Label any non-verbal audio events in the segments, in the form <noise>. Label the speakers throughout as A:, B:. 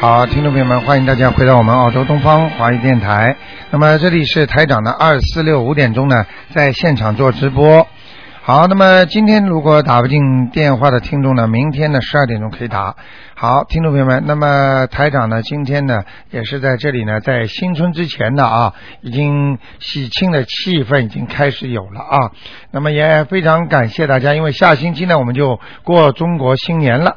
A: 好，听众朋友们，欢迎大家回到我们澳洲东方华语电台。那么这里是台长的二四六五点钟呢，在现场做直播。好，那么今天如果打不进电话的听众呢，明天呢十二点钟可以打。好，听众朋友们，那么台长呢，今天呢也是在这里呢，在新春之前呢啊，已经喜庆的气氛已经开始有了啊。那么也非常感谢大家，因为下星期呢我们就过中国新年了。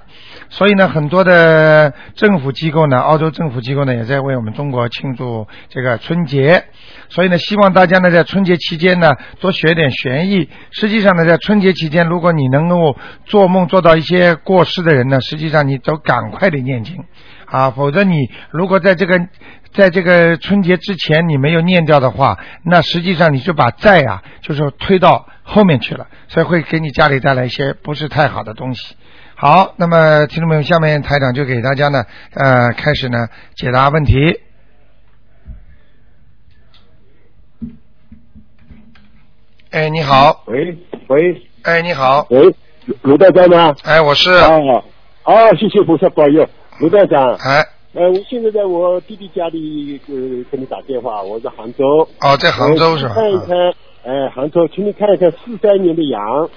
A: 所以呢，很多的政府机构呢，澳洲政府机构呢，也在为我们中国庆祝这个春节。所以呢，希望大家呢，在春节期间呢，多学点玄易。实际上呢，在春节期间，如果你能够做梦做到一些过世的人呢，实际上你都赶快的念经啊，否则你如果在这个在这个春节之前你没有念掉的话，那实际上你就把债啊，就是推到后面去了，所以会给你家里带来一些不是太好的东西。好，那么听众朋友，下面台长就给大家呢，呃，开始呢解答问题。哎，你好，
B: 喂喂
A: 哎，你好，
B: 喂，卢卢道长吗？
A: 哎，我是，
B: 啊啊，谢谢菩萨保佑，卢道长。
A: 哎，
B: 呃，我现在在我弟弟家里，呃，跟你打电话，我在杭州。
A: 哦，在杭州是吧？啊
B: 看一看，哎，杭州，请你看一看四三年的羊，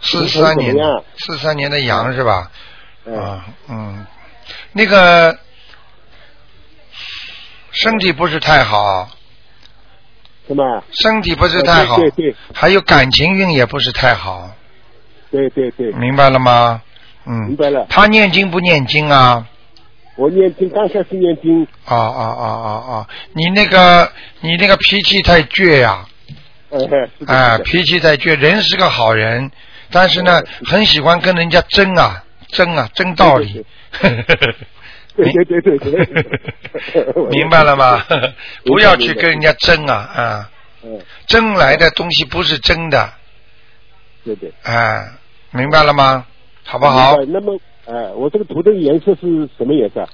A: 四三年
B: 怎么样，
A: 四三年的羊是吧？
B: 哎，
A: 啊，嗯，那个身体不是太好，
B: 什么？
A: 身体不是
B: <laughs>
A: 太好
B: 哎对，对
A: 还有感情运也不是太好。
B: 对对对对，
A: 明白了吗？
B: 明
A: 嗯，
B: 白了。
A: 他念经不念经啊？
B: 我念经，刚开始念经，
A: 啊啊啊啊啊！你那个你那个脾气太倔呀、
B: 哎，是的，是
A: 啊，哎，
B: 的，
A: 脾气太倔。人是个好人，但是呢，很喜欢跟人家争啊，争啊，争道 <laughs> 理。。
B: 对对对对对
A: 明白
B: <laughs>
A: 了吗？ <laughs> 不要去
B: 明白
A: 跟人家争啊啊！
B: 嗯，
A: 争来的东西不是真的
B: 对对，
A: 啊，明白了吗？
B: 好
A: 好不好？
B: 那么，哎，我这个图的颜色是什么颜色？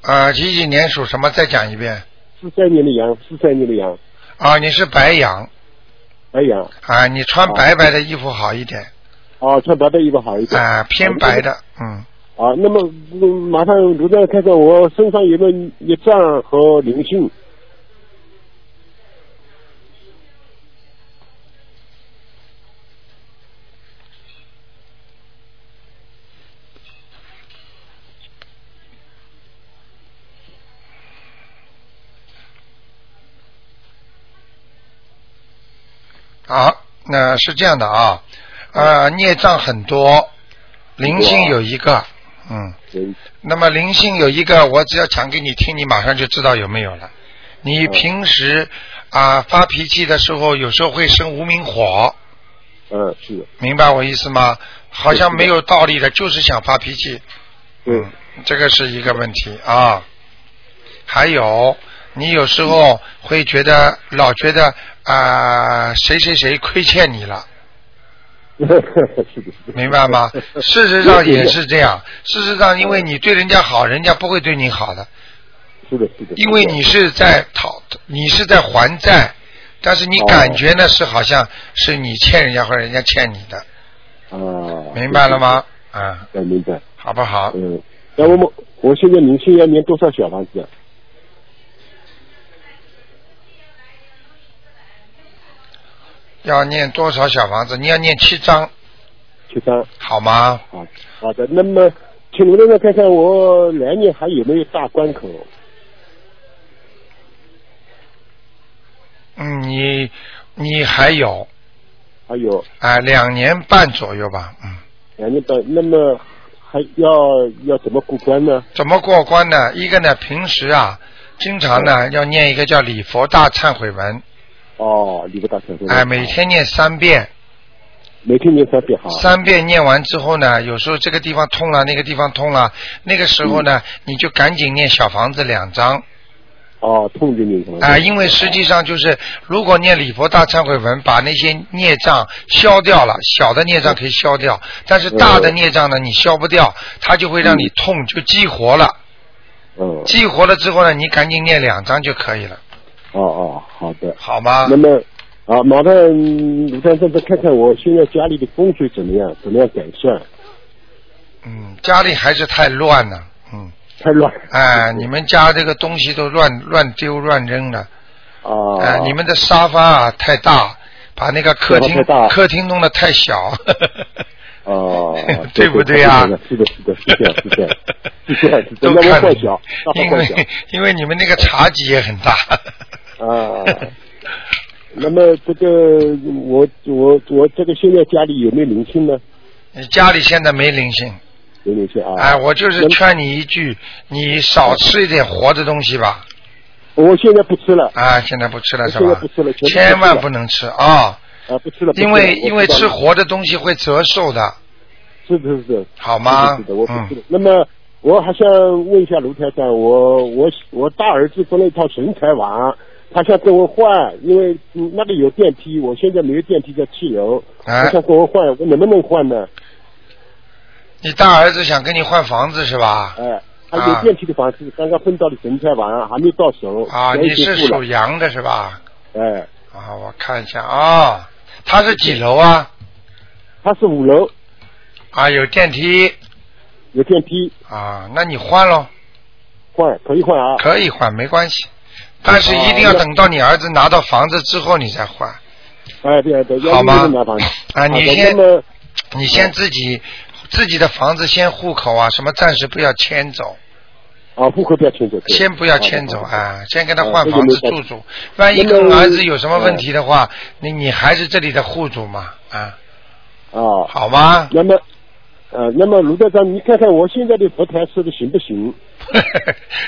A: 啊，几几年属什么？再讲一遍
B: 四三年的羊，四三年的羊，
A: 啊！你是白羊。
B: 白羊。
A: 啊，你穿
B: 啊
A: 白白的衣服好一点
B: 哦，穿白的衣服好一点。
A: 啊，偏白的，嗯，
B: 啊，那么嗯马上卢站看看我身上有没有孽障和灵性。
A: 啊，那是这样的啊，呃，
B: 嗯
A: 孽障很
B: 啊
A: 多，灵性有一个，嗯，
B: 嗯，
A: 那么灵性有一个，我只要讲给你听，你马上就知道有没有了。你平时啊、发脾气的时候，有时候会生无名火，
B: 嗯，是的，
A: 明白我意思吗？好像没有道理的，就是想发脾气，嗯
B: 对，
A: 这个是一个问题啊。还有，你有时
B: 嗯
A: 候会觉得老觉得啊、谁谁谁亏欠你了，
B: 是的，是的。
A: 明白吗？
B: 嗯
A: 事实上也是这样。事实上，因为你对人家好，人家不会对你好的，
B: 是的，是的。嗯
A: 因为你是在讨，你是在还债，但是你
B: 哦
A: 感觉呢是好像是你欠人家或者人家欠你的，
B: 啊，
A: 明白了？吗？啊，
B: 哎，明白。
A: 好不好？
B: 嗯，那我们我现在灵性要念多少小房子啊？
A: 要念多少小房子？你要念七章，
B: 七张。
A: 好吗？
B: 好，啊好的。那么，请卢站长看看我来年还有没有大关口？
A: 嗯，你你还有
B: 还有
A: 啊、两年半左右吧，嗯，
B: 两年半，那么还要要怎么过关呢？
A: 怎么过关呢？一个呢，平时啊，经常呢要念一个叫礼佛大忏悔文，
B: 哦，礼佛大忏悔文
A: 哎、每天念三遍，
B: 每天念三遍好。
A: 三遍念完之后呢，有时候这个地方痛了，那个地方痛了，那个时候呢，你就赶紧念小房子两张，
B: 哦，痛就念什么？
A: 啊、因为实际上就是，如果念礼佛大忏悔文，把那些孽障消掉了，小的孽障可以消掉，但是大的孽障呢，你消不掉，它就会让你痛，就激活了。
B: 嗯，
A: 激活了之后呢，你赶紧念两张就可以了，
B: 哦哦，好的。
A: 好吗
B: 那？么啊，麻烦卢站长再看看我现在家里的风水怎么样，怎么样改善？
A: 嗯，家里还是太乱了，嗯，
B: 太乱
A: 哎，你们家这个东西都乱乱丢乱扔了，
B: 啊。
A: 哎，你们的沙发啊太大，把那个客厅
B: 沙发太大
A: 客厅弄得太小。，
B: 哦
A: <laughs> 对不对啊呀
B: 是的，是的，是这样，是这样，是
A: <laughs>
B: 这样，是这
A: 都
B: 样。那么
A: 看
B: 坏
A: <laughs>
B: 小，那
A: 因
B: 么坏小
A: 为因为你们那个茶几也很大。 <laughs>
B: 啊。 <laughs> 那么这个我我我这个现在家里有没有灵性呢？
A: 你家里现在没灵性，
B: 有灵性啊！
A: 哎，我就是
B: 那
A: 劝你一句，你少吃一点活的东西吧。
B: 我现在不吃了，
A: 啊，现在不吃了
B: 我
A: 是
B: 现在
A: 吧
B: 不？吃了，全部
A: 千万不
B: 不吃了
A: 能吃啊，
B: 啊，不吃了，不吃了
A: 因为因为吃
B: 我
A: 活的东西会折寿的，
B: 知道了是是是，
A: 好吗？
B: 是的，是的，我不
A: 嗯
B: 知，道。那么我还想问一下卢台长，我我我大儿子装了一套神采网，他想跟我换，因为嗯那里有电梯，我现在没有电梯在七楼，
A: 哎
B: 他想跟我换，我能不能换呢？
A: 你大儿子想跟你换房子是吧？
B: 哎，
A: 啊
B: 他有电梯的房子，刚刚分到的神采网还没到手，
A: 啊，
B: 钱已
A: 你
B: 经
A: 是
B: 付
A: 属
B: 了，
A: 羊的是吧？
B: 哎，
A: 啊，我看一下啊，他是几楼啊？
B: 他是五楼
A: 啊，有电梯
B: 有电梯
A: 啊，那你换喽，
B: 换可以换啊，
A: 可以换，没关系，但是一定要
B: 哦那
A: 等到你儿子拿到房子之后你再换。
B: 哎对对，要
A: 好
B: 一
A: 吗
B: 个人拿房子
A: 啊，你
B: 的那
A: 先
B: 么
A: 你先自己自己的房子先户口啊，什么暂时不要迁走，
B: 啊户口不要迁走，对
A: 先不要迁走
B: 好的好的
A: 啊，先跟他
B: 啊
A: 换
B: 这个
A: 房子
B: 没
A: 住
B: 关
A: 住。万一
B: 那
A: 跟
B: 么嗯
A: 儿子有什么问题的话，你你还是这里的户主嘛，啊，
B: 啊，
A: 哎好吗？
B: 那么，呃，那么卢队长，你看看我现在的佛台说的行不行？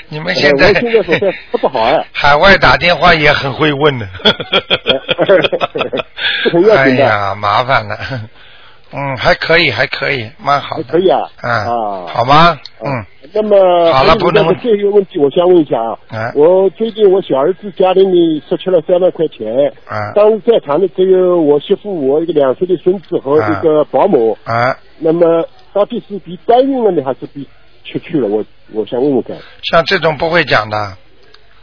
A: 你们现在
B: 呃我现在手上不不好哎
A: <laughs> 海外打电话也很会问的
B: <laughs> 不哎很要紧。的
A: 哎呀，麻烦了。 <laughs> 嗯，还可以，还可以，蛮好的。
B: 还可以啊
A: 嗯，
B: 啊
A: 好吗？嗯，
B: 那么，
A: 好了不能
B: 呃还有一个最后一个问题，我想问一下啊，
A: 哎
B: 我最近我小儿子家里面失去了三万块钱，
A: 啊
B: 当时在场的只有我媳妇、我一个两岁的孙子和
A: 啊
B: 一个保姆。
A: 啊，
B: 那么，到底是比搬运了呢，还是比去去了？我我想问问看
A: 像这种不会讲的，
B: 啊，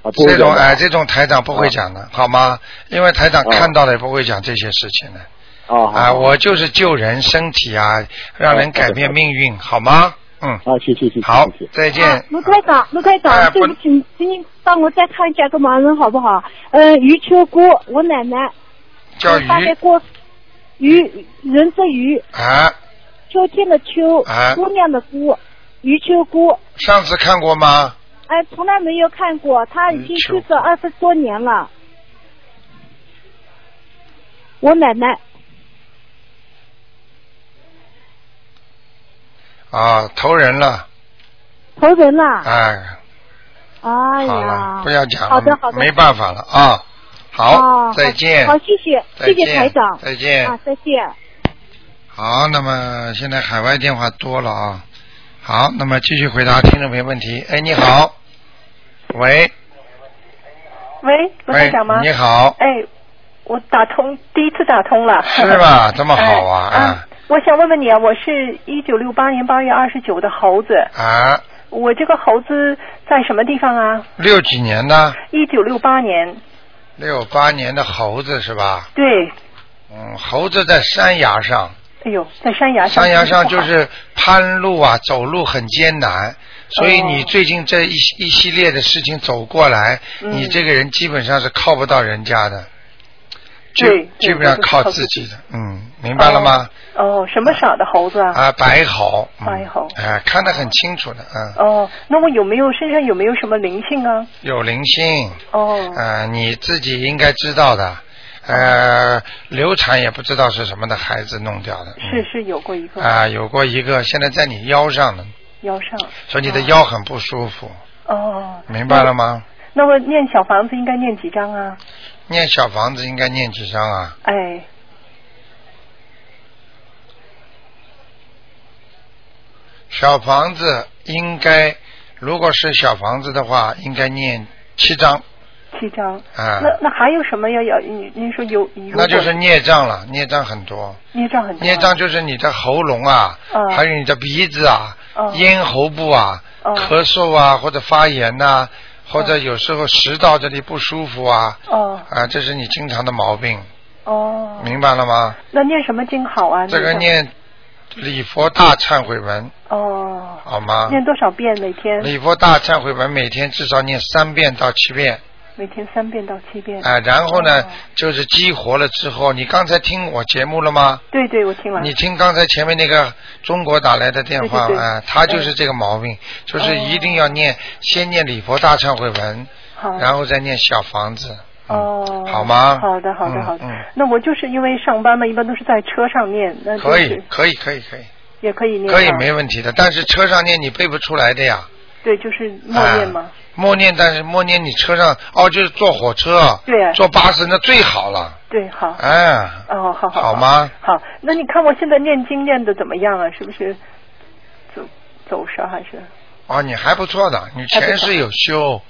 B: 不会
A: 这种
B: 的
A: 哎，这种台长不会讲的，好吗？因为台长
B: 啊
A: 看到了也不会讲这些事情的。
B: 啊
A: 啊，
B: 好
A: 我就是救人身体啊，让人改变命运，好吗？嗯，
B: 啊，谢谢谢谢
A: 好
B: 谢谢，
A: 再
C: 啊
A: 见。
C: 卢台长，卢台
A: 哎
C: 长，对
A: 不
C: 不起，你请你帮我再看一下个盲人好不好？嗯，余秋姑，我奶奶，
A: 叫
C: 大概
A: 鱼
C: 过余人这余，
A: 啊，
C: 秋天的秋，
A: 啊
C: 姑娘的姑，余秋姑，
A: 上次看过吗？
C: 哎，从来没有看过，她已经
A: 余秋
C: 去
A: 姑
C: 世二十多年了。我奶奶，
A: 啊，投人了，
C: 投人了。
A: 哎，
C: 啊哎
A: 好
C: 呀
A: 了，，不要讲
C: 好的，好
A: 了，
C: 的，
A: 没办法了啊。好
C: 哦，
A: 再见
C: 好，，谢谢，
A: 再
C: 谢谢
A: 见
C: 台长。
A: 再见
C: 啊，再见。
A: 好，那么现在海外电话多了啊。好，那么继续回答听众朋友问题。哎，你好，喂，
D: 喂，卢台
A: 喂
D: 长吗？，
A: 你好，
D: 哎，我打通，第一次打通了。
A: 是
D: <laughs>
A: 吧？这么好啊
D: 哎啊！我想问问你啊，我是一九六八年八月二十九的猴子，
A: 啊啊！
D: 我这个猴子在什么地方啊？
A: 六几年的？
D: 一九六八年，
A: 六八年的猴子是吧？
D: 对，
A: 嗯，猴子在山崖上，
D: 哎呦，在山崖上。
A: 山崖上就
D: 不好。
A: 是攀路啊，走路很艰难，所以
D: 哦
A: 你最近这一一系列的事情走过来，
D: 嗯
A: 你这个人基本上是靠不到人家的，就
D: 对对
A: 基本上靠自己的，嗯，明白了吗？
D: 哦，什么色的猴子啊？
A: 啊，白猴，嗯
D: 白猴
A: 哎、看得很清楚的，嗯，
D: 哦，那我有没有身上有没有什么灵性啊？
A: 有灵性，
D: 哦，
A: 呃，你自己应该知道的，呃，流产也不知道是什么的孩子弄掉的，嗯
D: 是是有过一个
A: 啊、有过一个，现在在你腰上呢，
D: 腰上。
A: 所以你的腰很不舒服，
D: 哦，
A: 明白了吗？
D: 那我念小房子应该念几张啊？
A: 念小房子应该念几张啊？
D: 哎，
A: 小房子应该，如果是小房子的话，应该念七张
D: 七张。
A: 啊、
D: 那那还有什么要要？你您说有有
A: 那就是孽障了，孽障很多，
D: 孽障很多啊。
A: 孽障就是你的喉咙啊，
D: 嗯
A: 还有你的鼻子啊，
D: 嗯
A: 咽喉部啊，
D: 嗯
A: 咳嗽啊，或者发炎呐、或者有时候食道这里不舒服啊，
D: 哦
A: 啊，这是你经常的毛病，
D: 哦，
A: 明白了吗？
D: 那念什么经好啊？
A: 这个
D: 那
A: 念礼佛大忏悔文，
D: 哦，
A: 好吗？
D: 念多少遍每天？
A: 礼佛大忏悔文每天至少念三遍到七遍，
D: 每天三遍到七遍。
A: 啊、然后呢
D: 哦，
A: 就是激活了之后，你刚才听我节目了吗？
D: 对对，我听完。
A: 你听刚才前面那个中国打来的电话，啊，
D: 嗯对对对嗯哦
A: 他就是这个毛病，就是一定要念，先念礼佛大忏悔文，
D: 好。
A: 然后再念小房子。嗯
D: 哦，
A: 好吗？
D: 好的，好的，
A: 嗯
D: 好的。
A: 嗯
D: 那我就是因为上班嘛，一般都是在车上念，那哦就
A: 可以
D: 是，
A: 可以，可以，可以，
D: 也可以念。
A: 可以，。没问题的。但是车上念你背不出来的呀，啊
D: 对，就是默念嘛。
A: 默念，但是默念你车上哦，就是坐火车，
D: 对啊
A: 坐巴士那最好了，
D: 对，好。
A: 哎，
D: 哦，好好。
A: 好吗？
D: 好，那你看我现在念经念的怎么样啊？是不是走走上还是？
A: 哦，你还不错的，你
D: 还
A: 前
D: 不错
A: 世有修，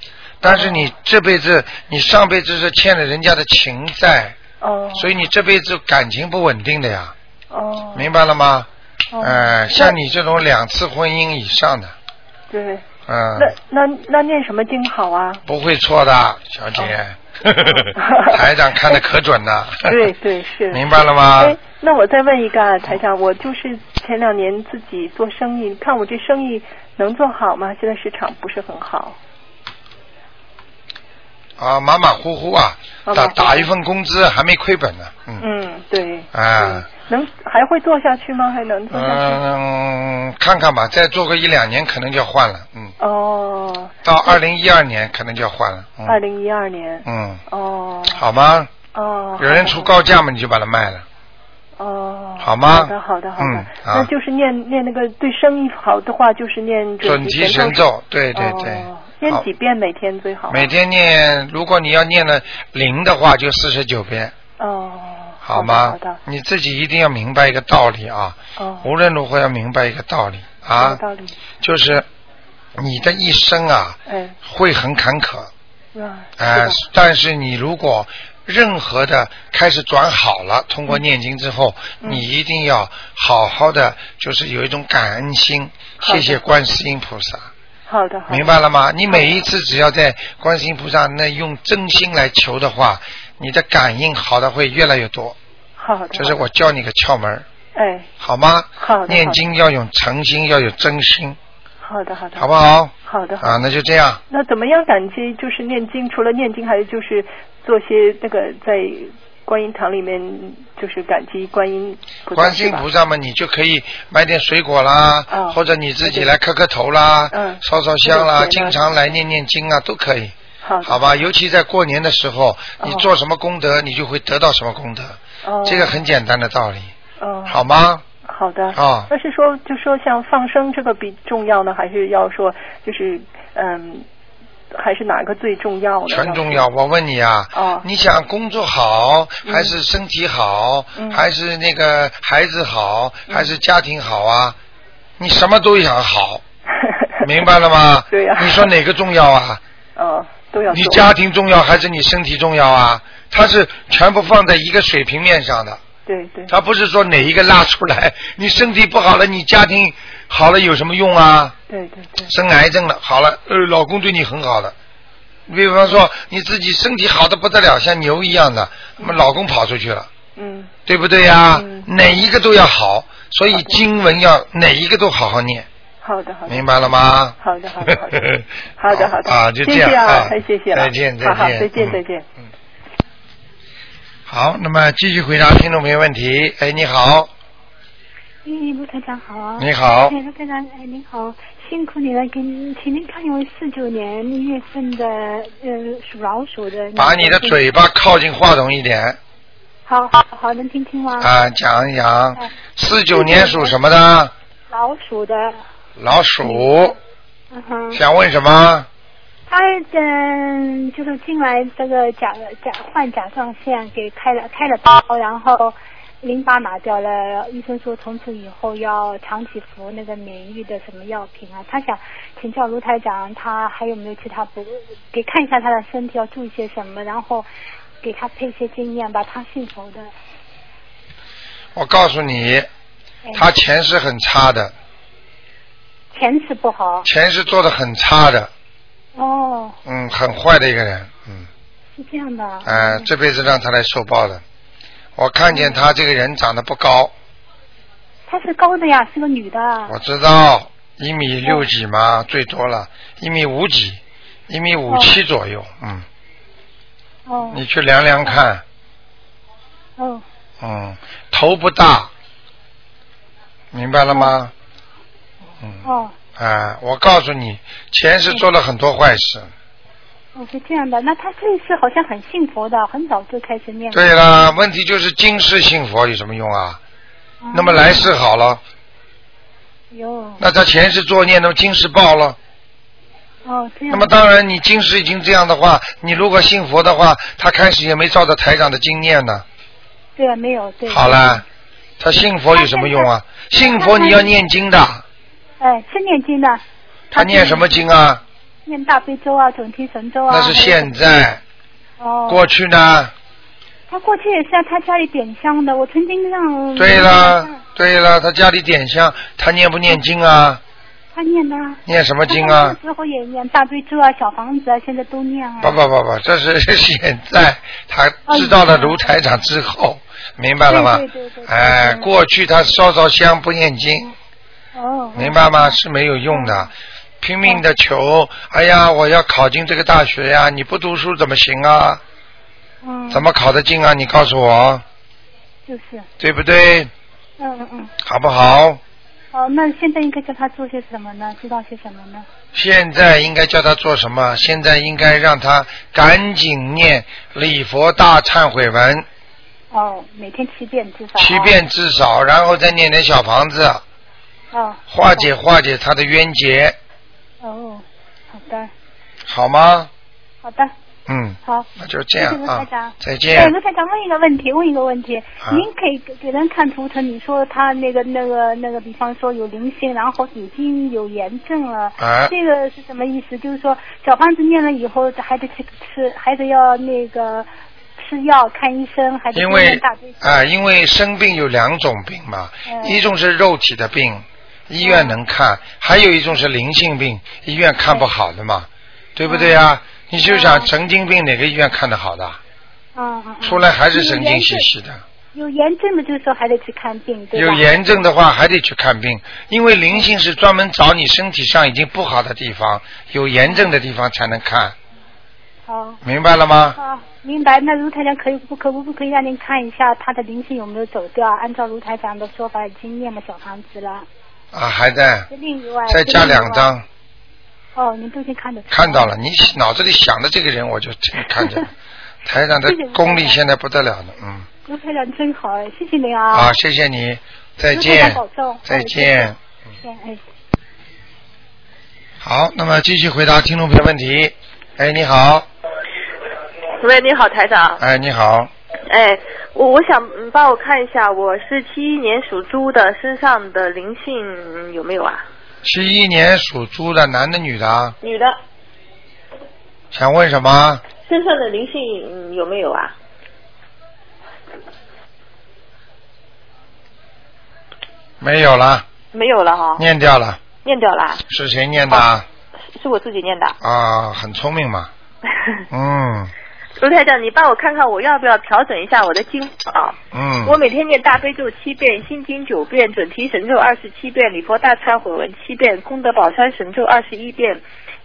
A: 但是你这辈子，你上辈子是欠了人家的情债，
D: 哦。
A: 所以你这辈子感情不稳定的呀，
D: 哦。
A: 明白了吗？
D: 哦
A: 哎，像你这种两次婚姻以上的，
D: 对，
A: 嗯，
D: 那那那念什么经好
A: <laughs>
D: 啊？
A: 不会错的，小
D: 哦 <laughs>
A: 姐。 <laughs> 台长看的可准了。
D: 哎对对是。
A: <laughs> 明白了吗？
D: 哎，那我再问一个啊，台长，我就是前两年自己做生意，看我这生意能做好吗？现在市场不是很好。
A: 啊，马马虎虎啊，
D: 马马
A: 打
D: 虎虎
A: 打一份工资还没亏本呢。嗯。
D: 嗯，对。
A: 啊。
D: 能还会做下去吗？还能做下去？
A: 嗯，看看吧，再做个一两年可能就要换了，嗯，
D: 哦，
A: 到二零一二年可能就要换了，嗯
D: 二零一二年。
A: 嗯，
D: 哦
A: 好吗？
D: 哦。
A: 有人出高价嘛，你就把它卖了，
D: 哦。
A: 好吗
D: 好的，好的，好的。
A: 嗯好
D: 那就是念念那个对生意好的话，就是念
A: 准
D: 提
A: 提神
D: 咒。
A: 咒，对对
D: 哦
A: 对，
D: 念
A: 好
D: 几，遍每天最好？
A: 每。天念，如果你要念了零的话，就四十九遍，
D: 哦。
A: 好
D: 好
A: 吗
D: 好的。？
A: 你自己一定要明白一个道理啊，
D: 哦。
A: 无论如何要明白一个道理
D: 有
A: 啊，
D: 道理。
A: 就是你的一生啊
D: 哎，
A: 会很坎坷，
D: 啊，
A: 哎、
D: 是
A: 但是你如果任何的开始转好了，通过念经之后，
D: 嗯
A: 你一定要好好的，就是有一种感恩心，
D: 好
A: 谢
D: 的
A: 谢观世音菩萨，
D: 的好的，好的
A: 明白了吗？你每一次只要在观世音菩萨那用真心来求的话，你的感应好的会越来越多。
D: 好的，
A: 这是我教你个窍门儿，
D: 哎，
A: 好吗？
D: 嗯好的，
A: 念经要有诚心，要有真心，
D: 好的，好的，
A: 好不好？
D: 好的，好的。
A: 啊，那就这样。
D: 那怎么样感激？就是念经，除了念经，还有就是做些那个在观音堂里面，就是感激观音菩萨。
A: 观世音
D: 是吧
A: 菩萨嘛，你就可以买点水果啦，
D: 嗯
A: 或者你自己来磕磕头啦，
D: 嗯
A: 烧烧香啦，
D: 对对对
A: 经常来念念经啊，都可以，
D: 好的，
A: 好吧？尤其在过年的时候，你
D: 哦
A: 做什么功德，你就会得到什么功德，
D: 哦，
A: 这个很简单的道理，
D: 哦，
A: 好吗？
D: 好的。
A: 啊
D: 那是说，就说像放生这个比重要呢，还是要说就是嗯，还是哪个最重要呢？
A: 全重要。我问你啊
D: 哦，
A: 你想工作好，
D: 嗯
A: 还是身体好，
D: 嗯
A: 还是那个孩子好，
D: 嗯
A: 还是家庭好啊？你什么都想
D: <laughs>
A: 好，明白了吗？
D: 对呀
A: 你说哪个重要啊？
D: 哦，都要
A: 你
D: 做
A: 家庭重要还是你身体重要啊？它是全部放在一个水平面上的，
D: 对对
A: 它不是说哪一个拉出来。你身体不好了，你家庭好了有什么用啊？
D: 对对对，
A: 生癌症了，好了，呃，老公对你很好的。比方说你自己身体好的不得了，像牛一样的，那么老公跑出去了，
D: 嗯，
A: 对不对呀、
D: 嗯
A: 哪一个都要好，所以经文要哪一个都好好念，
D: 好的好的。
A: 明白了吗？
D: 好
A: <laughs>
D: 的，好的，好的，好的，好的，
A: 啊，就这
D: 谢
A: 样
D: 谢啊，太
A: 哎
D: 谢谢了，
A: 再见，再
D: 好
A: 见，
D: 好，再见，
A: 嗯
D: 再见。
A: 好，那么继续回答听众朋友问题。哎，你好，
E: 哎，卢台长好。
A: 你好
E: 哎，，卢台长，哎，您好，辛苦你了，给您，请您看一位四九年一月份的，呃，属老鼠的。
A: 把你的。嘴巴靠近话筒一点
E: 好好好，能听清吗？
A: 啊，讲一讲
E: 哎。
A: 四九年属什么的？
E: 老鼠的，
A: 老鼠，
E: 嗯哼。
A: 想问什么？
E: 他嗯，就是进来这个甲甲换甲状腺，给开了开了刀，然后淋巴拿掉了，医生说从此以后要长期服那个免疫的什么药品啊。他想请教卢台长，他还有没有其他不给看一下他的身体要注意些什么，然后给他配些经验吧，他信佛的。
A: 我告诉你，
E: 哎、
A: 他前世很差的，
E: 前世不好
A: 前世做的很差的，
E: 哦，
A: 嗯，很坏的一个人，嗯，
E: 是这样的啊。
A: 呃，这辈子让他来受报的。我看见他这个人长得不高，
E: 她是高的呀，是个女的。啊
A: 我知道一米六几嘛，最多了一米五几，一米五七左右，嗯，
E: 哦
A: 你去量量看，
E: 哦
A: 嗯，头不大，明白了吗？嗯，
E: 哦，
A: 啊，我告诉你，前世做了很多坏事。
E: 哦是这样的。那她这一次好像很信佛的，很早就开始念。哦
A: 对啦，问题就是今世信佛有什么用啊？
E: 嗯。
A: 那么来世好了，
E: 哟。
A: 那他前世作孽，那么今世报了。
E: 哦，这样。
A: 那么当然，你今世已经这样的话，你如果信佛的话，他开始也没照着台长的经念呢。
E: 对啊，没有对。
A: 好。啦，他信佛有什么用啊？信佛你要念经的，
E: 哎，是念经的。
A: 他念什么？经啊？
E: 念大悲咒啊，准提神咒啊。
A: 那是现在，
E: 哦。
A: 过去呢？
E: 他过去也是在他家里点香的，我曾经让
A: 对啦，对啦，他家里点香，他念不念经啊？
E: 他念的啊。
A: 念什么经啊？
E: 那时候也念大悲咒啊、小房子啊，现在都念啊。
A: 不不不不，这
E: <laughs>
A: 是现在他知道了卢台长之后，明白了吗
E: 对对对嗯对？对
A: 哎，
E: 嗯
A: 过去他烧烧香不念经，
E: 哦。
A: 明白吗？是没有用的，拼命的求，哎呀，我要考进这个大学呀！你不读书怎么行啊？
E: 嗯。
A: 怎？么考得进啊？你告诉我，
E: 就是，
A: 对不对？
E: 嗯嗯嗯。
A: 好不好？
E: 哦，那现在应该叫他做些什么呢？知道些什么呢？
A: 现在应该叫他做什么？现在应该让他赶紧念礼佛大忏悔文
E: 哦，每天七遍至少。
A: 七。遍至少，然后再念点小房子。
E: 哦。
A: 化解化解他的冤结，
E: 哦，好的，
A: 好吗？
E: 好的，
A: 嗯，
E: 好。
A: 那就这样
E: 谢谢卢
A: 啊
E: 台长，
A: 再
E: 哎，
A: 见。
E: 卢台长，问一个问题，问一个问题，
A: 啊
E: 您可以给给人看图腾，你说他那个那个那个，比方说有灵性，然后已经有炎症了，
A: 啊
E: 这个是什么意思？就是说小房子念了以后，还得去吃，还得要那个吃药看医生，还得
A: 因
E: 去
A: 为
E: 念大悲咒
A: 啊、因为生病有两种病嘛，
E: 嗯
A: 一种是肉体的病，医院能看；还有一种是灵性病，医院看不好的
E: 嗯
A: 嘛，对不对啊？你就想神经病哪个医院看得好的？
E: 嗯嗯嗯
A: 出来还是神经兮兮的。
E: 有炎症的，就是说还得去看病，对吧？
A: 有炎症的话还得去看病，因为灵性是专门找你身体上已经不好的地方，有炎症的地方才能看，
E: 好。
A: 明白了吗？
E: 好，明白。那卢台长可以不可不不可以让您看一下他的灵性有没有走掉？按照卢台长的说法，已经念了小房子了。
A: 啊，还在。
E: 另外
A: 再加两。张，
E: 哦，您都已经看得出来
A: 看到了。你脑子里想的这个人，我就真的看见了。台长的功力现在不得了了，嗯。
E: 卢台长真好，哎，谢谢您啊。
A: 好，谢谢你，再
E: 卢台
A: 见
E: 长保重，
A: 再见。
E: 见。哎，
A: 好，那么继续回答听众朋友问题。哎，你好，
F: 喂，你好，台长。
A: 哎，你好，
F: 哎，我我想嗯帮我看一下，我是七一年属猪的，身上的灵性嗯有没有啊？
A: 七一年属猪的，男的女的啊？
F: 女的，
A: 想问什么？
F: 身上的灵性嗯有没有啊？
A: 没有了，
F: 没有了哈，
A: 念掉了，
F: 念掉了啊，
A: 是谁念的啊？
F: 是我自己念的。
A: 啊，很聪明嘛，嗯
F: 卢台长，你帮我看看我要不要调整一下我的经啊？
A: 嗯
F: 我每天念大悲咒七遍，心经九遍，准提神咒二十七遍，礼佛大忏悔文七遍，功德宝山神咒二十一遍，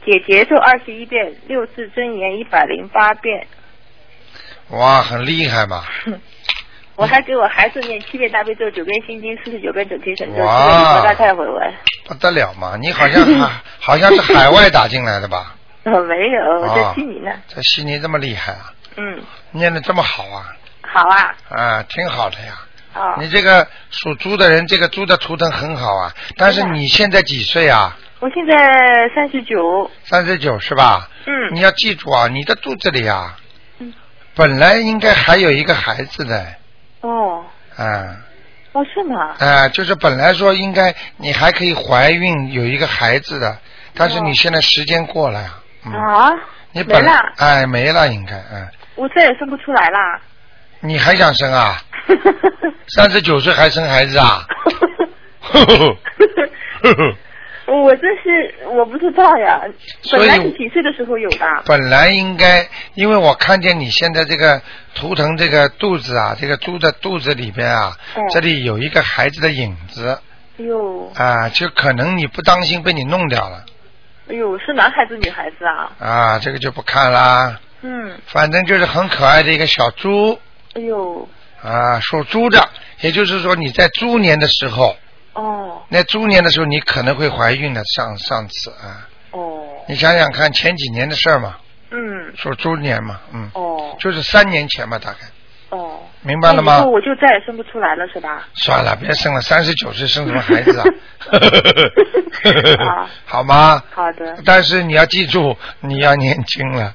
F: 解结咒二十一遍，六字真言一百零八遍。
A: 哇，很厉害嘛，
F: 我还给我孩子念七遍大悲咒，九遍心经，四十九遍准提神咒，七遍礼
A: 哇
F: 佛大忏悔文。
A: 不得了嘛！你好像还好像是海外打进来的吧？
F: 呃，没有，我
A: 啊
F: 在悉尼呢。
A: 在悉尼这么厉害啊，
F: 嗯，
A: 念的这么好啊，
F: 好啊，
A: 啊，挺好的呀。
F: 哦，
A: 你这个属猪的人，这个猪的图腾很好啊。但是
F: 真的
A: 你现在几岁啊？
F: 我现在三十九。
A: 三十九是吧？你
F: 嗯，
A: 要记住啊，你的肚子里啊
F: 嗯，
A: 本来应该还有一个孩子的，
F: 哦，
A: 啊
F: 哦，是吗？
A: 啊，就是本来说应该你还可以怀孕有一个孩子的，但是你现在时间过了呀，嗯，
F: 啊，
A: 你本
F: 哦没了
A: 哎没了应该，嗯，
F: 我再也生不出来啦。
A: 你还想生
F: <laughs>
A: 啊？三十九岁还生孩子啊？ <laughs> 呵呵呵呵呵
G: 嗯
F: 我这是我不知道呀，
A: 所
F: 本
A: 以
F: 来是几岁的时候有的。
A: 本来应该，因为我看见你现在这个图腾这个肚子啊，这个猪的肚子里边啊，
F: 嗯
A: 这里有一个孩子的影子，
D: 哎呦，
A: 啊，就可能你不当心被你弄掉了
F: 哎呦，是男孩子女孩子啊？
A: 啊，这个就不看啦。
F: 嗯，
A: 反正就是很可爱的一个小猪
F: 哎呦，
A: 啊，属猪的，也就是说你在猪年的时候，
F: 哦
A: 那猪年的时候你可能会怀孕的，上上次啊，
F: 哦，
A: 你想想看前几年的事儿嘛，
F: 嗯
A: 属猪年嘛，嗯，
F: 哦
A: 就是三年前吧，大概，
F: 哦，
A: 明
F: 那
A: 白了吗
F: 以后？我就再也生不出来了，是吧？
A: 算了，别生了，三十九岁生什么孩
F: <laughs>
A: 子啊 <laughs>
F: 啊？
A: 好吗？
F: 好的，
A: 但是你要记住，你要年轻了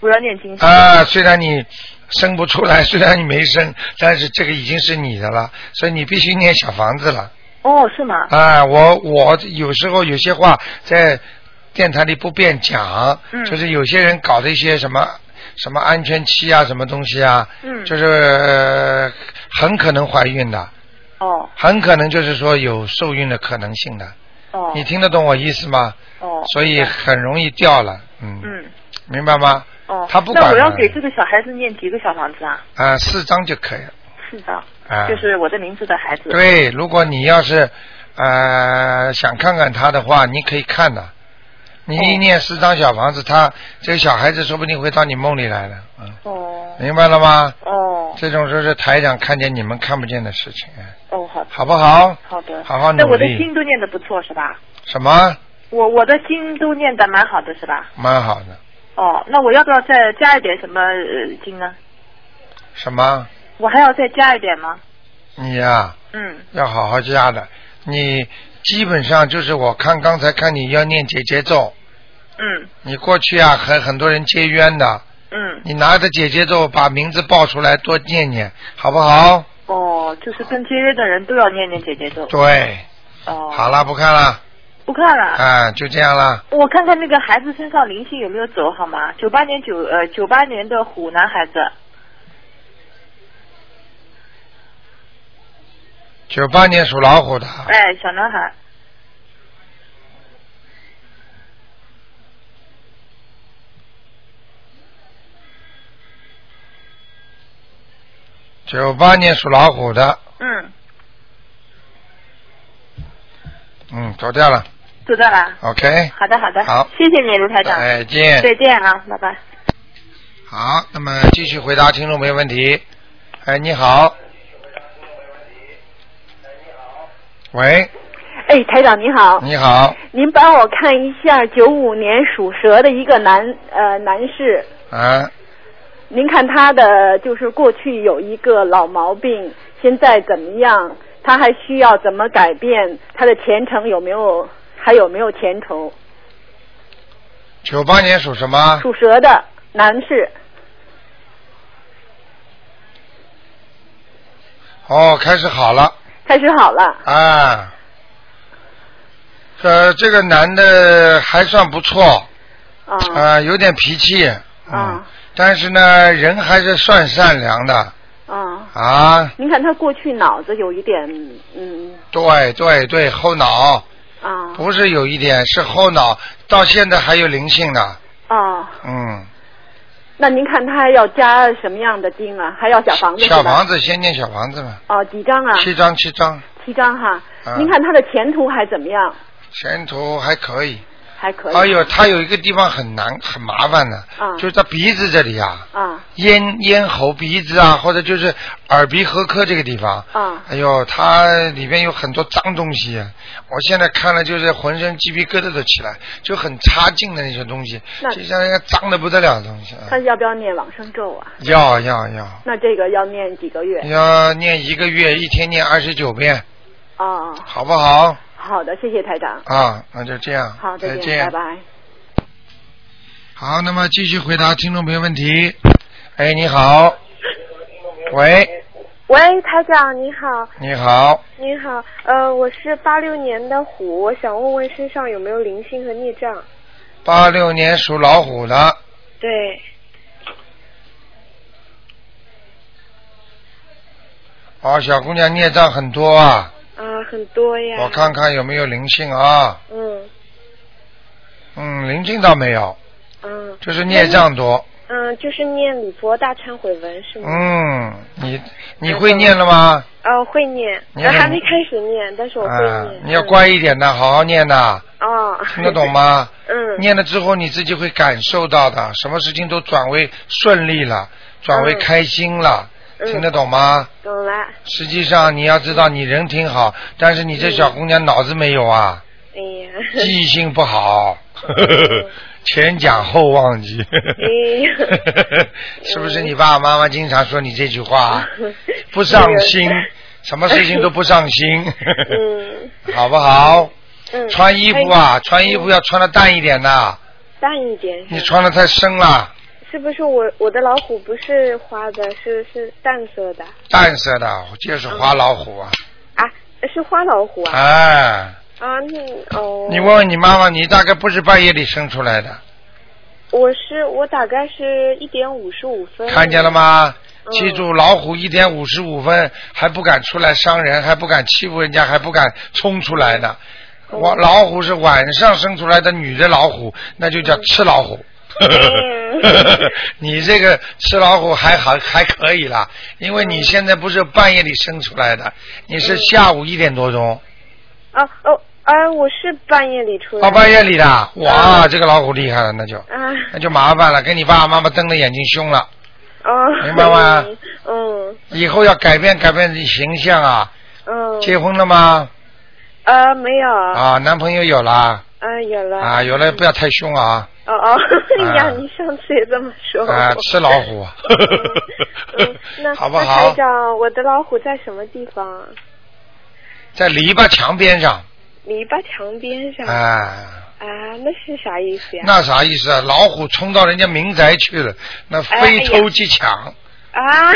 F: 我要念经。
A: 啊！虽然你生不出来， <laughs> 虽然你没生，但是这个已经是你的了，所以你必须念小房子了
F: 哦，是吗？
A: 啊！我我有时候有些话在电台里不便讲，
F: 嗯
A: 就是有些人搞的一些什么什么安全期啊，什么东西啊，
F: 嗯
A: 就是、呃很可能怀孕的，
F: 哦
A: 很可能就是说有受孕的可能性的。
F: 哦
A: 你听得懂我意思吗？
F: 哦，
A: 所以很容易掉了，嗯，
F: 嗯
A: 明白吗？
F: 哦，
A: 他不管
F: 那我要
A: 了
F: 给这个小孩子念几个小房子啊？
A: 啊、四张就可以了。
F: 四张，
A: 啊、
F: 就是我的名字的孩子。
A: 对，如果你要是呃想看看他的话，你可以看的。你一念四张小房子，他这个小孩子说不定会到你梦里来的，嗯，
F: 哦
A: 明白了吗？
F: 哦
A: 这种就是台长看见你们看不见的事情，哎
F: 哦，好的
A: 好不好？
F: 好的。
A: 好好努力
F: 那我的经都念的不错是吧？
A: 什么？
F: 我我的经都念的蛮好的是吧？
A: 蛮好的。
F: 哦，那我要不要再加一点什么呃经呢？
A: 什么？
F: 我还要再加一点吗？
A: 你呀、
F: 嗯，
A: 要好好加的。你基本上就是我看刚才看你要念姐姐咒，
F: 嗯
A: 你过去啊和很多人结冤的，
F: 嗯，
A: 你拿着姐姐咒把名字报出来，多念念，好不好？
F: 哦，就是跟节约的人都要念念姐姐咒。
A: 对，
F: 哦，
A: 好，了，不看了，
F: 不看了。
A: 啊，就这样了。
F: 我看看那个孩子身上灵性有没有走好吗？九八年九呃九八年的虎男孩子，
A: 九八年属老虎的，
F: 哎，小男孩，
A: 九八年属老虎的，
F: 嗯，
A: 嗯，走掉了
F: 知道了。
A: ，OK，
F: 好的，好的，
A: 好哎
F: 谢谢你，卢台长，
A: 再见。
F: 再见啊，拜拜。
A: 好，那么继续回答听众没问题。哎，你好。喂，
H: 哎，台长你好，
A: 你好，
H: 您帮我看一下九五年属蛇的一个男呃男士，
A: 啊，
H: 您看他的就是过去有一个老毛病，现在怎么样？他还需要怎么改变？他的前程有没有还有没有前程？
A: 九八年属什么？
H: 属蛇的男士，
A: 哦，开始好了
H: 开始好了，
A: 啊。呃，这个男的还算不错，
H: 啊
A: 啊，有点脾气，嗯
H: 啊，
A: 但是呢，人还是算善良的
H: 啊！
A: 啊。
H: 您看他过去脑子有一点嗯
A: 对对对，后脑
H: 啊
A: 不是有一点，是后脑到现在还有灵性呢，
H: 啊，
A: 嗯。
H: 那您看他要加什么样的经啊？还要小房子是吧
A: 小房子先念小房子吧，
H: 哦，几张啊？
A: 七张七张，
H: 七张哈
A: 啊，
H: 您看他的前途还怎么样？
A: 前途还可以。
H: 还可以。
A: 哎呦，他有一个地方很难很麻烦的，
H: 啊
A: 就是他鼻子这里啊，
H: 啊嗯
A: 咽咽喉鼻子啊，或者就是耳鼻喉科这个地方。
H: 啊
A: 哎呦，它里面有很多脏东西，啊我现在看了就是浑身鸡皮疙瘩都起来，就很差劲的那些东西，
H: 那
A: 就像那个脏的不得了的东西。啊
H: 他要不要念往生咒啊？
A: 要要要，
H: 那这个要念几个月？
A: 要念一个月，一天念二十九遍，
H: 啊、
A: 好不好？
H: 好的，谢谢台长。
A: 啊，那就这样，
H: 好，
A: 再
H: 再
A: 见，
H: 拜拜。
A: 好，那么继续回答听众朋友问题。哎，你好，喂，
G: 喂，台长你好，
A: 你好，
G: 你好，呃，我是八六年的虎，我想问问身上有没有灵性和孽障？
A: 八六年属老虎的，
G: 对，
A: 哦，小姑娘孽障很多啊，
G: 啊、很多呀。
A: 我看看有没有灵性啊，
G: 嗯
A: 嗯，灵性倒没有，
G: 嗯，
A: 就是孽障多，
G: 嗯，就是念礼佛大忏悔文是吗？
A: 嗯，你你会念了吗？
G: 哦，会念，
A: 你要
G: 呃还没开始念，但是我会
A: 啊
G: 念。，
A: 你要乖一点的，好好念的，
G: 嗯。哦。
A: 听得懂？吗？
G: 嗯。
A: 念了之后你自己会感受到的，什么事情都转为顺利了，转为
G: 嗯
A: 开心了，
G: 嗯
A: 听得懂吗？
G: 懂了。
A: 实际上你要知道，你人挺好，但是你这小姑娘脑子没有啊，
G: 嗯哎呀。
A: 记忆性不
G: <laughs>
A: 好
G: 嗯，
A: 前讲后忘记，
G: 哎
A: 是不是你爸爸妈妈经常说你这句话？
G: 嗯 <laughs>
A: 不上心，什么事情都不上心，<laughs>
G: 嗯
A: 好不好？
G: 嗯。
A: 穿衣服啊，穿衣服要穿的淡一点呐、
G: 淡一点是吧
A: 你穿的太深了，
G: 是不是我我的老虎不是花的，是是淡色的
A: 淡色的就是
G: 嗯
A: 花老虎啊，
G: 啊？是花老虎啊？
A: 哎，
G: 啊，那哦。
A: 你问问你妈妈，你大概不是半夜里生出来的，
G: 我是我大概是一点五十五分。
A: 看见了？吗？
G: 嗯
A: 记住，老虎一点五十五分还不敢出来伤人，还不敢欺负人家，还不敢冲出来呢。我老虎是晚上生出来的女的老虎，那就叫吃老虎。
G: 嗯
A: <laughs> 你这个吃老虎还好还可以啦，因为你现在不是半夜里生出来的，你是下午一点多钟，
G: 啊哦啊！我是半夜里出来
A: 到
G: 的。
A: 哦半夜里的，
G: 嗯
A: 哇，这个老虎厉害了，那就
G: 啊
A: 那就麻烦了，跟你爸爸妈妈瞪着眼睛凶了。
G: 啊！
A: 明白吗
G: 嗯
A: 以后要改变改变形象啊！
G: <laughs> 嗯。
A: 结婚了吗？
G: 啊，没有。啊。
A: 啊，男朋友有啦，
G: 有了。
A: 啊，有了不要太凶啊，
G: 哦哦， <laughs> 哎
A: 啊
G: 呀，你上次也这么说。
A: 啊，吃老虎
G: <laughs>
A: 啊 <laughs>
G: 嗯。那
A: 好不
G: 那台
A: 好？
G: 长，我的老虎在什么地方啊？
A: 在篱笆墙边上，
G: 篱笆墙边上。啊，
A: 啊，
G: 那是啥意思呀？
A: 那啥意思啊？老虎冲到人家民宅去了，那
G: 哎
A: 非偷即抢， <laughs>
G: 啊。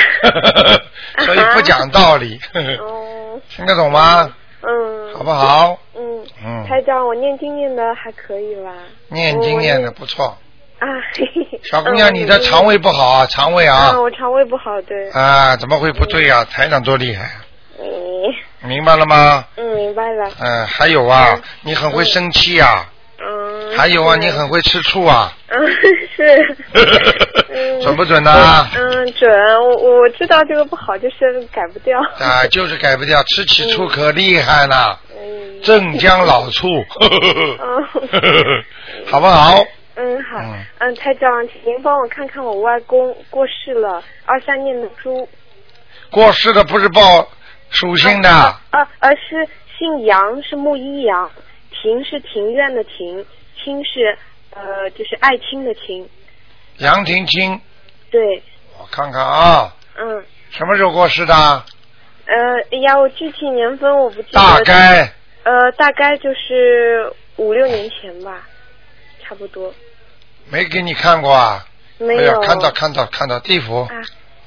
A: 所以不讲道理，
G: 哦，
A: <laughs> 听得懂吗？
G: 嗯。
A: 好不。好？
G: 嗯，嗯
A: 嗯，
G: 台长，我念经念的还可以吧？
A: 念经念的不错，
G: 啊，嘿嘿。
A: 小姑娘，
G: 嗯
A: 你的肠胃不好啊，肠胃啊
G: 啊，，我肠胃不好，对。
A: 啊，怎么会不对啊？台长多厉害啊，
G: 嗯
A: 明白了吗？
G: 嗯，明白了。
A: 嗯，还有啊，你很会生气啊，
G: 嗯。
A: 还有啊，
G: 是
A: 你很会吃醋啊，。
G: 嗯，是嗯
A: 准不准啊呐？
G: 嗯，准。我我知道这个不好，就是改不
A: <laughs>
G: 掉。
A: 啊，就是改不掉，吃起醋可厉害了，
G: 嗯
A: 镇江老醋，
G: 嗯
A: <laughs> 好不好？
G: 嗯，好
A: 嗯。
G: 嗯，台长，请您帮我看看我外公过世了，二三年的猪。
A: 过世的不是报属性的
G: 啊，啊呃，是姓杨，是木一杨，庭是庭院的庭，亲是呃就是爱亲的亲。
A: 杨廷清，
G: 对，
A: 我看看啊，
G: 嗯。
A: 什么时候过世的？
G: 呃，哎呀，我具体年份我不记得。
A: 大概
G: 呃，大概就是五六年前吧，差不多。
A: 没给你看过啊？
G: 没
A: 哎呀
G: 有。
A: 看到看到看到地府，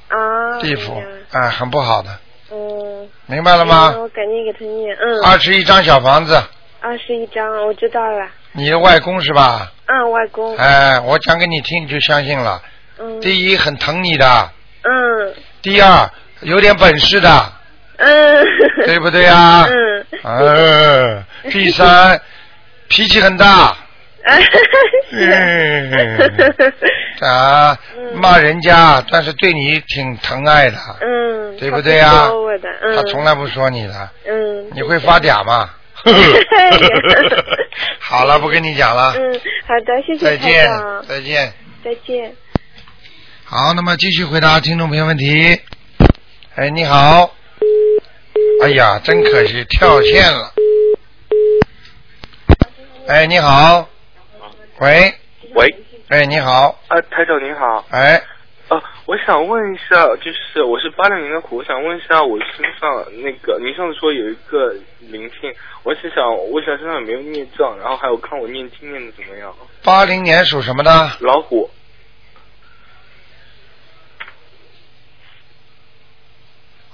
G: 啊。
A: 地府
G: 哎呀，
A: 啊，很不好的，
G: 嗯。
A: 明白了吗
G: 那？我赶紧给他念，嗯，
A: 二十一张小房子，
G: 二十一张，我知道了。
A: 你的外公是吧？
G: 嗯，外公，
A: 哎，我讲给你听，你就相信了。
G: 嗯， <laughs>
A: 第一，很疼你的；
G: 嗯
A: 第二，有点本事的，
G: 嗯，
A: 对不对啊？
G: 嗯，
A: 嗯。第三，脾气很
G: <laughs>
A: 大。
G: 啊，
A: 嗯。
G: 是
A: 啊，
G: 嗯
A: 骂人家，但是对你挺疼爱的，
G: 嗯，
A: 对不对啊
G: 他不说我的，嗯，
A: 他从来不说你的，
G: 嗯，
A: 你会发
G: <laughs>
A: 嗲吗？ <laughs> 好了，不跟你讲了，
G: 嗯，好的，谢谢
A: 再见
G: 台长，，
A: 再见。
G: 再见。
A: 好，那么继续回答听众朋友问题。哎，你好。哎呀，真可惜，跳线了。哎，你好。喂。
I: 喂，
A: 哎，你好。
I: 啊，台长您好，
A: 哎，
I: 啊，我想问一下，就是我是八六年的虎，我想问一下我身上那个，您上次说有一个灵性，我是想问一下身上有没有孽障，然后还有看我念经念的怎么样。
A: 八零年属什么的？
I: 老虎，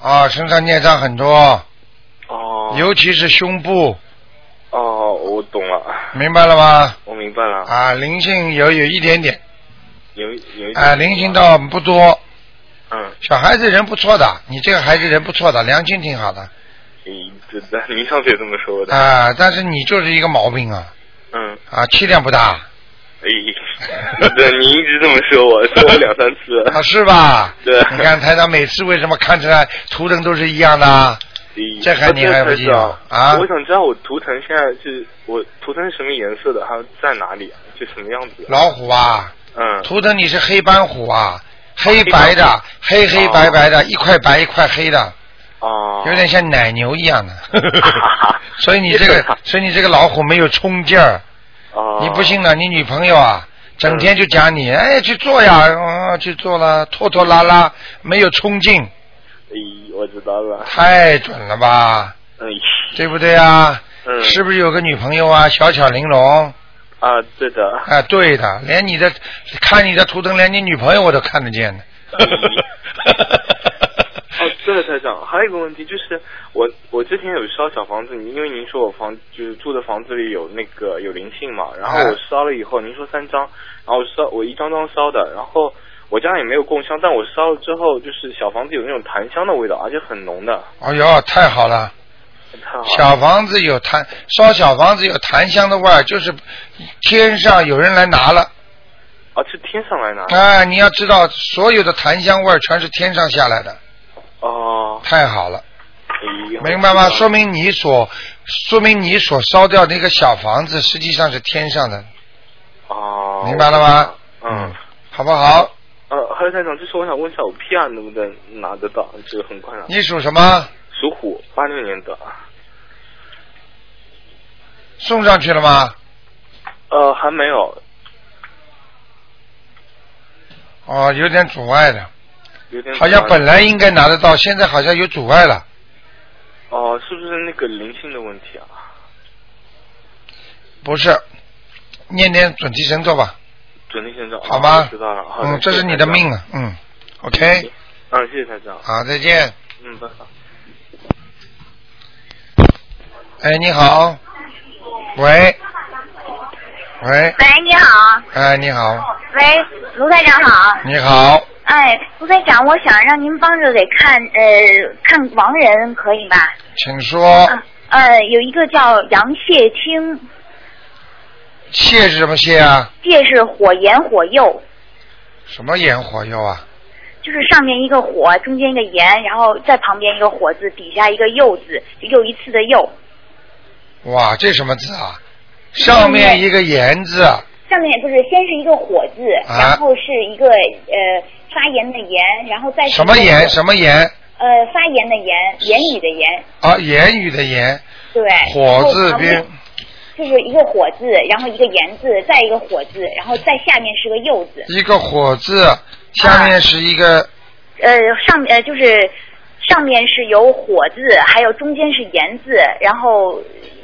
A: 啊，身上孽障很多，
I: 哦，
A: 尤其是胸部，
I: 哦，我懂了，
A: 明白了吗？
I: 我明白了，
A: 啊，灵性有有一点点，
I: 有有一点
A: 啊，灵性，倒不多。
I: 嗯，
A: 小孩子人不错的，你这个孩子人不错的，良心挺好的
I: 你这的，您上次也这么说的，
A: 啊，但是你就是一个毛病啊。
I: 嗯，
A: 啊，气量不大，
I: 哎，对，你一直这么说我，说我两三次。
A: 啊，是吧？
I: <laughs> 对。
A: <laughs> 你看台长每次为什么看出来图腾都是一样的？啊这
I: 呃
A: 还你还不记得啊？
I: 我想知道我图腾现在是我图腾是什么颜色的，还有在哪里，就什么样子的。
A: 老虎啊，
I: 嗯，
A: 图腾你是黑斑虎啊，黑
I: 黑
A: 白
I: 斑
A: 的
I: 虎，
A: 黑黑白白的，一块白一块黑的，
I: 哦，
A: 有点像奶牛
I: <laughs>
A: 一样的。所以你这个，所以你这个老虎没有冲劲儿。
I: 哦，
A: 你不信了，你女朋友啊，整天就讲你，哎，去做呀，嗯、去做了，拖拖拉拉，没有冲劲，
I: 咦，哎我知道了。
A: 太准了吧，
I: 嗯
A: 对不对啊？
I: 嗯
A: 是不是有个女朋友啊，小巧玲珑？
I: 啊，对的。
A: 啊，对的，连你的看你的图腾，连你女朋友我都看
I: <laughs>
A: 得见的。
I: 哦，对了，台长，还有一个问题就是，我我之前有烧小房子，因为您说我房就是住的房子里有那个有灵性嘛，然后
A: 啊
I: 我烧了以后，您说三张，然后我烧我一张张烧的，然后我家也没有供香，但我烧了之后，就是小房子有那种檀香的味道，而且很浓的，
A: 哎呦，太好了！
I: 太好了。
A: 小房子有檀，烧小房子有檀香的味儿，就是天上有人来拿了。
I: 啊，是天上来拿的。
A: 啊，你要知道，所有的檀香味儿全是天上下来的，
I: 哦，
A: 太好了，
I: 咦
A: 明白吗？说明你所，说明你所烧掉那个小房子，实际上是天上的，
I: 哦，
A: 明白了吗？
I: 嗯。
A: 好不好？
I: 呃，还有台长，就是我想问一下，我 PR 能不能拿得到？就是很快拿。啊
A: 你属什么？
I: 属虎，八六年的。
A: 送上去了吗？
I: 呃，还没有，
A: 哦，有点阻碍的，
I: 有点。
A: 好像本来应该拿得到，现在好像有阻碍了。
I: 哦、是不是那个灵性的问题啊？
A: 不是，念念准提神咒吧。
I: 准提神咒。
A: 好吗
I: 哦知道了。好的
A: 嗯，这是你的命。啊。嗯，OK，
I: 嗯，谢谢台长。
A: 好，再见。
I: 嗯，拜拜。
A: 哎，你好。喂。喂。
J: 喂，你好，
A: 哎，你好，
J: 喂，卢台长好。
A: 你好，
J: 哎，卢台长，我想让您帮着给看，呃，看亡人可以吧？
A: 请说。
J: 呃，有一个叫杨谢清，
A: 谢是什么谢啊？
J: 介是火炎火右，
A: 什么炎火右啊？
J: 就是上面一个火，中间一个炎，然后在旁边一个火字，底下一个右字，就又一次的右。
A: 哇，这什么字啊？上面一个炎字，
J: 上面不是先是一个火字，
A: 啊
J: 然后是一个呃发炎的炎，然后再是
A: 什么
J: 一个
A: 炎？什么炎？
J: 呃发炎的炎，言语的言，
A: 啊，言语的言，
J: 对。然
A: 火
J: 后
A: 字
J: 旁边
A: 边
J: 就是一个火字，然后一个言字，再一个火字，然后再下面是个右字。
A: 一个火字，下面是一个
J: 呃，上面呃就是上面是有火字，还有中间是言字，然后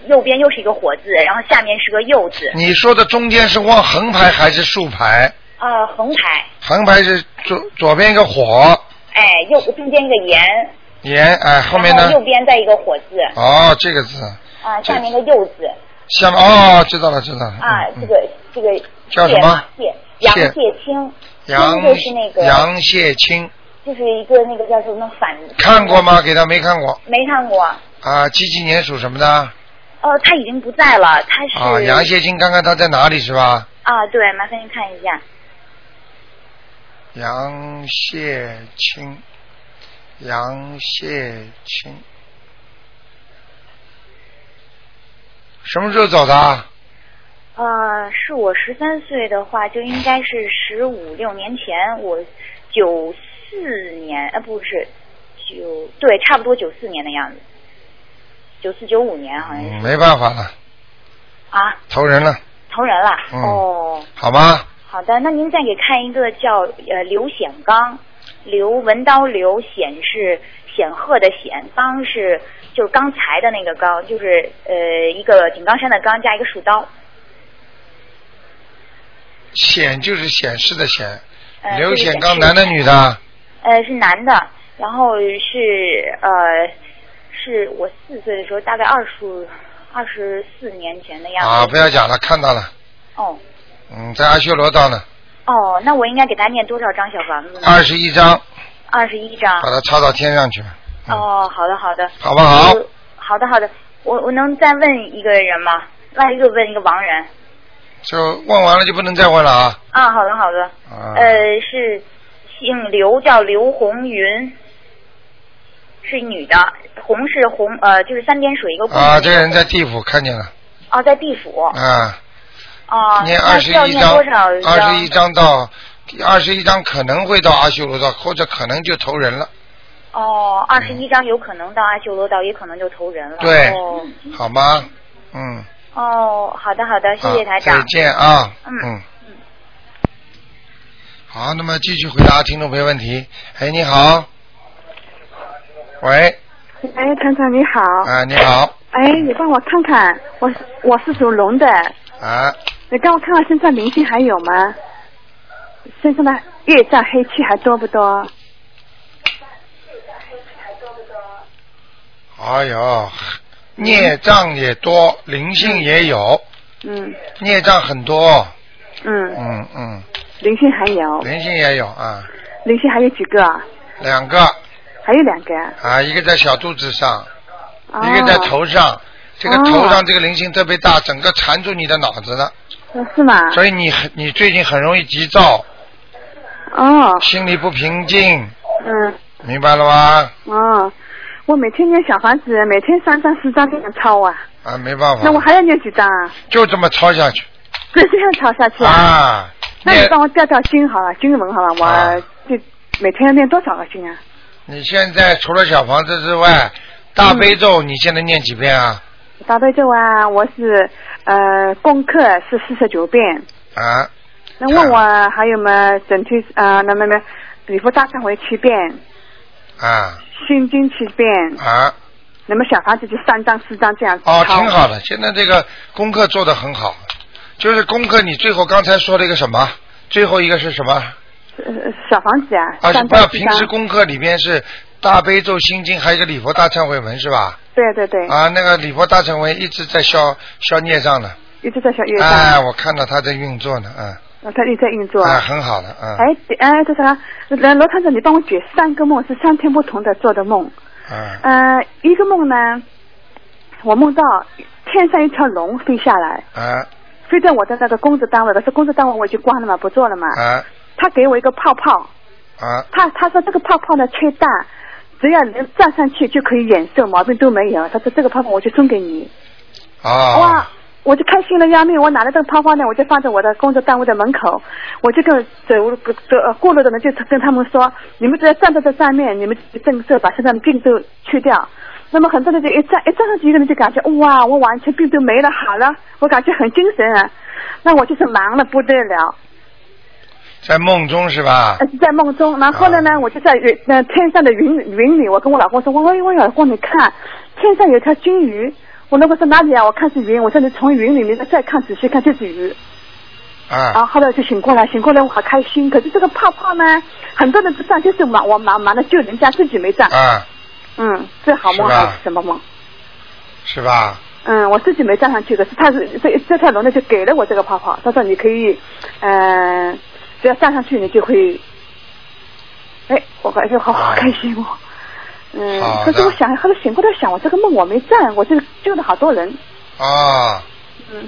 J: 右边又是一个火字，然后下面是个右字。
A: 你说的中间是往横排还是竖排？
J: 呃，横排，
A: 横排是左左边一个火
J: 哎，右中间一个言，
A: 炎，哎，后面
J: 然
A: 呢
J: 后？右边再一个火字，
A: 哦，这个字，
J: 啊，下面一个右字，
A: 下面哦，知道了，知道了。
J: 啊，这个这个
A: 嗯叫什么
J: 谢嘛谢杨
A: 谢
J: 谢清，
A: 杨
J: 清就是那个
A: 杨谢清，
J: 就是一个那个叫什么反，
A: 看过吗？给他没看过
J: 没看过。
A: 啊？几几年属什么的？
J: 呃，他已经不在了，他是
A: 啊，杨谢清，看看他在哪里是吧？
J: 啊，对，麻烦您看一下。
A: 杨谢清，杨谢清，什么时候走的啊？
J: 呃，是我十三岁的话，就应该是十五六年前，我九四年，呃，不是九，对，差不多九四年的样子，九四九五年好像
A: 嗯没办法了，
J: 啊，
A: 投人了，
J: 投人了。
A: 嗯
J: 哦，
A: 好吗？
J: 好的，那您再给看一个叫呃刘显刚，刘文刀刘显是显赫的显，刚是就是刚才的那个刚，就是呃一个井冈山的刚加一个竖刀。
A: 显就是显示的显，
J: 呃
A: 刘
J: 就是
A: 显
J: 显
A: 刚
J: 示
A: 男的
J: 的
A: 女的？
J: 呃，是男的，然后是呃，是我四岁的时候，大概二十二十四年前的样子。
A: 啊，不要讲了，看到了，
J: 哦
A: 嗯，在阿修罗道呢，
J: 哦，那我应该给他念多少张小房子呢？
A: 二十一章，
J: 二十一张
A: 把。它抄到天上去了，
J: 哦，好的好的。
A: 好不好
J: 呃好的好的，我我能再问一个人吗？问一个问一个亡人。
A: 就问完了就不能再问了啊。
J: 啊，好的好的，
A: 啊，
J: 呃，是姓刘，叫刘红云，是女的，红是红，呃，就是三点水一个不。
A: 啊，这个人在地府看见了
J: 哦，在地府。
A: 啊，
J: 哦，
A: 念
J: 那
A: 二
J: 需
A: 十
J: 要
A: 一
J: 念
A: 章
J: 多少，
A: 二十一章到二十一章可能会到阿修罗道，或者可能就投人了，
J: 哦，二十一章有可能到阿修罗道，也可能就投人了。
A: 对
J: 哦，
A: 好吗？嗯，
J: 哦，好的好的，谢
A: 好
J: 谢台长。
A: 再见啊，
J: 嗯，
A: 嗯。好，那么继续回答听众朋友问题。哎，你好，喂，
K: 哎，团长你好。
A: 啊，你好，
K: 哎，你帮我看看，我是我是属龙的，
A: 啊，
K: 你帮我看看身上灵性还有吗？身上的业障黑气还多不多？
A: 哎呦，孽障也多，灵性也有，
K: 嗯
A: 孽障很多，
K: 嗯，
A: 嗯嗯，
K: 灵性还有，
A: 灵性也有啊，
K: 灵性还有几个？
A: 两个
K: 还有两个。
A: 啊，一个在小肚子上，
K: 哦、
A: 一个在头上，这个
K: 哦
A: 头上这个灵性特别大，整个缠住你的脑子了，
K: 呃。是吗？
A: 所以你很你最近很容易急躁，
K: 哦，
A: 心里不平静，
K: 嗯，
A: 明白了吧？
K: 哦，我每天念小房子，每天三张四张这样抄啊，
A: 啊，没办
K: 那我
A: 法，
K: 还要念几张啊？
A: 就这么抄下去
K: 就这样抄下去
A: 啊。
K: 那你帮我调调经好了，经文好了，
A: 啊
K: 我就每天要念多少个经啊？
A: 你现在除了小房子之外，大
K: 嗯
A: 悲咒你现在念几遍啊？
K: 大悲咒啊，我是呃功课是四十九遍，
A: 啊，
K: 那问我还有没有整体呃那么没礼佛大忏悔七遍，
A: 啊
K: 心经七遍，
A: 啊！
K: 那么小房子就三张四张这样抄。
A: 哦，挺好的，现在这个功课做得很好，就是功课你最后刚才说了一个什么？最后一个是什么？
K: 呃小房子啊，
A: 啊，是
K: 三
A: 不
K: 张
A: 要
K: 四
A: 平时
K: 张。
A: 功课里边是大悲咒、心经，还有一个礼佛大忏悔文是吧？
K: 对对对，
A: 啊，那个礼佛大忏悔一直在消消孽障呢。
K: 一直在小月
A: 哎，
K: 上，
A: 我看到他在运作呢，嗯，
K: 他一直在运作。
A: 哎，很好的，嗯，
K: 哎哎，这啥？罗罗探长，你帮我解三个梦，是三天不同的做的梦。
A: 嗯，
K: 呃，一个梦呢，我梦到天上一条龙飞下来，
A: 啊
K: 飞在我的那个工作单位，可是工作单位我已经关了嘛，不做了
G: 嗯
K: 嘛。
A: 啊
K: 他给我一个泡泡，
A: 啊
K: 他他说这个泡泡呢吹大，只要能站上去就可以远寿，毛病都没有。他说这个泡泡我就送给你，
A: 啊！
K: 哇！我就开心的要命，我拿了这个泡泡呢，我就放在我的工作单位的门口，我就跟走路走呃过路的人就跟他们说，你们只要站在这上面，你们就正色把身上的病都去掉。那么很多人就一站一站上去，一个人就感觉哇，我完全病都没了，好了，我感觉很精神啊。那我就是忙了不得了，
A: 在梦中是吧？
K: 呃，是在梦中。然
A: 啊
K: 后呢呢，我就在云呃天上的云云里，我跟我老公说，我哎我我老公你看，天上有一条金鱼。我老公说哪里啊？我看是云，我说你从云里面再看仔细看，就是鱼。然后
A: 啊，
K: 后来我就醒过来，醒过来我好开心。可是这个泡泡呢，很多人不站，就是忙我忙忙的救人家，自己没站。
A: 啊，
K: 嗯，这好
A: 是
K: 梦
A: 吧
K: 还是什么梦？
A: 是吧？
K: 嗯，我自己没站上去，可是他是这这条龙呢就给了我这个泡泡，他说你可以，嗯、只要站上去你就会，哎，我感觉好好开心哦。嗯
A: 好，的
K: 可是我想，后来醒过来想，我这个梦我没站，我这救了好多人。
A: 啊，
K: 嗯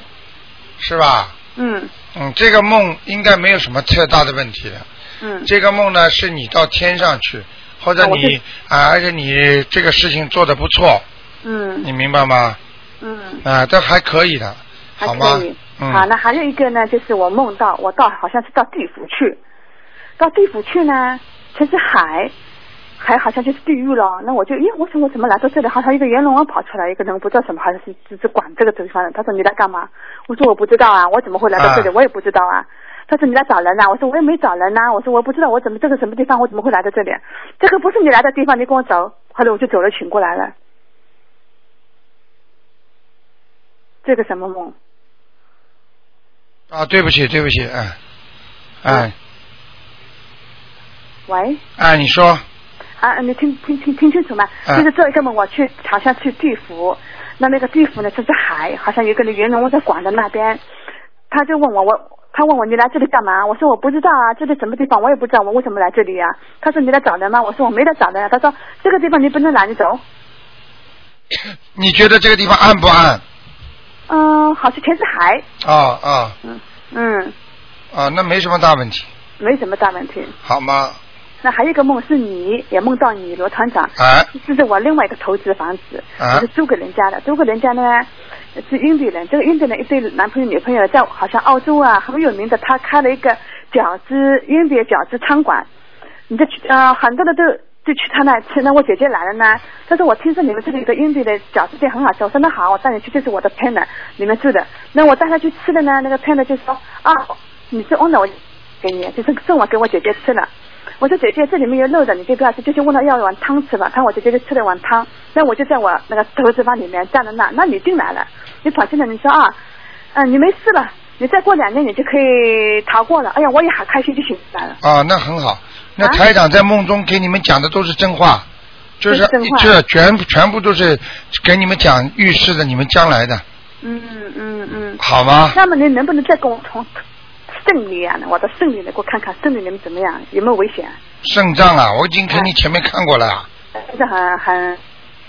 A: 是吧？
K: 嗯
A: 嗯，这个梦应该没有什么太大的问题的。
K: 嗯。
A: 这个梦呢，是你到天上去，或者
K: 啊我
A: 你啊，而且你这个事情做得不错，
K: 嗯
A: 你明白吗？
K: 嗯，
A: 啊，这还可以的，
K: 还
A: 好吗
K: 可以？。
A: 嗯
K: 好，那还有一个呢，就是我梦到我到好像是到地府去，到地府去呢，全是海，海好像就是地狱了。那我就，咦，我说我怎么来到这里？好像一个袁龙王跑出来，一个人不知道什么，好像是只只管这个地方的。他说你来干嘛？我说我不知道啊，我怎么会来到这里？
A: 啊
K: 我也不知道啊。他说你来找人呐、我说我也没找人呐、我说我不知道我怎么这个什么地方，我怎么会来到这里？这个不是你来的地方，你跟我走。后来我就走了，醒过来了。这个什么梦？
A: 啊，对不起，对不起，哎，
K: 嗯
A: 哎，
K: 喂？
A: 哎，你说
K: 啊，你听听听听清楚吗？
A: 啊
K: 就是这一个嘛，我去好像去地府，那那个地府呢就是海，好像有一个袁龙在管着那边，他就问我我。他问我你来这里干嘛？我说我不知道啊，这里什么地方我也不知道，我为什么来这里啊？他说你来找人吗？我说我没来找人啊。他说这个地方你不能来，你走。
A: 你觉得这个地方暗不暗？
K: 嗯，好像全是癌，
A: 啊啊
K: 嗯，
A: 啊，那没什么大问题，
K: 没什么大问题。
A: 好吗？
K: 那还有一个梦是你也梦到你罗团长，
A: 哎
K: 这是我另外一个投资的房子，
A: 啊
K: 我是租给人家的，租给人家呢是印度人，这个印度人一对男朋友女朋友在好像澳洲啊很有名的，他开了一个饺子印度饺子餐馆，你就去呃很多的都就去他那吃，那我姐姐来了呢，她说我听说你们这里有个印度的饺子店很好吃，我说那好，我带你去，这是我的 partner，你们住的，那我带她去吃了呢，那个 partner 就说啊，你这 owner 我给你，就是送我给我姐姐吃了。我说姐姐，这里面有肉的，你就不要吃，就去问他要一碗汤吃吧。看我姐姐就吃了一碗汤，那我就在我那个投资房里面站在那，那你进来了，你跑进来，你说啊，嗯、你没事了，你再过两年你就可以逃过了。哎呀，我也好开心，就醒过来了。
A: 啊，那很好。那
K: 啊
A: 台长在梦中给你们讲的都是真话，就是
K: 都是真话
A: 这全全部都是给你们讲预示的你们将来的，
K: 嗯嗯嗯。
A: 好吗
K: 那么你能不能再跟我从胜利啊，我的胜利来给我看看，胜利你们怎么样，有没有危险？
A: 肾脏啊，我已经给你前面看过了啊，
K: 真的很很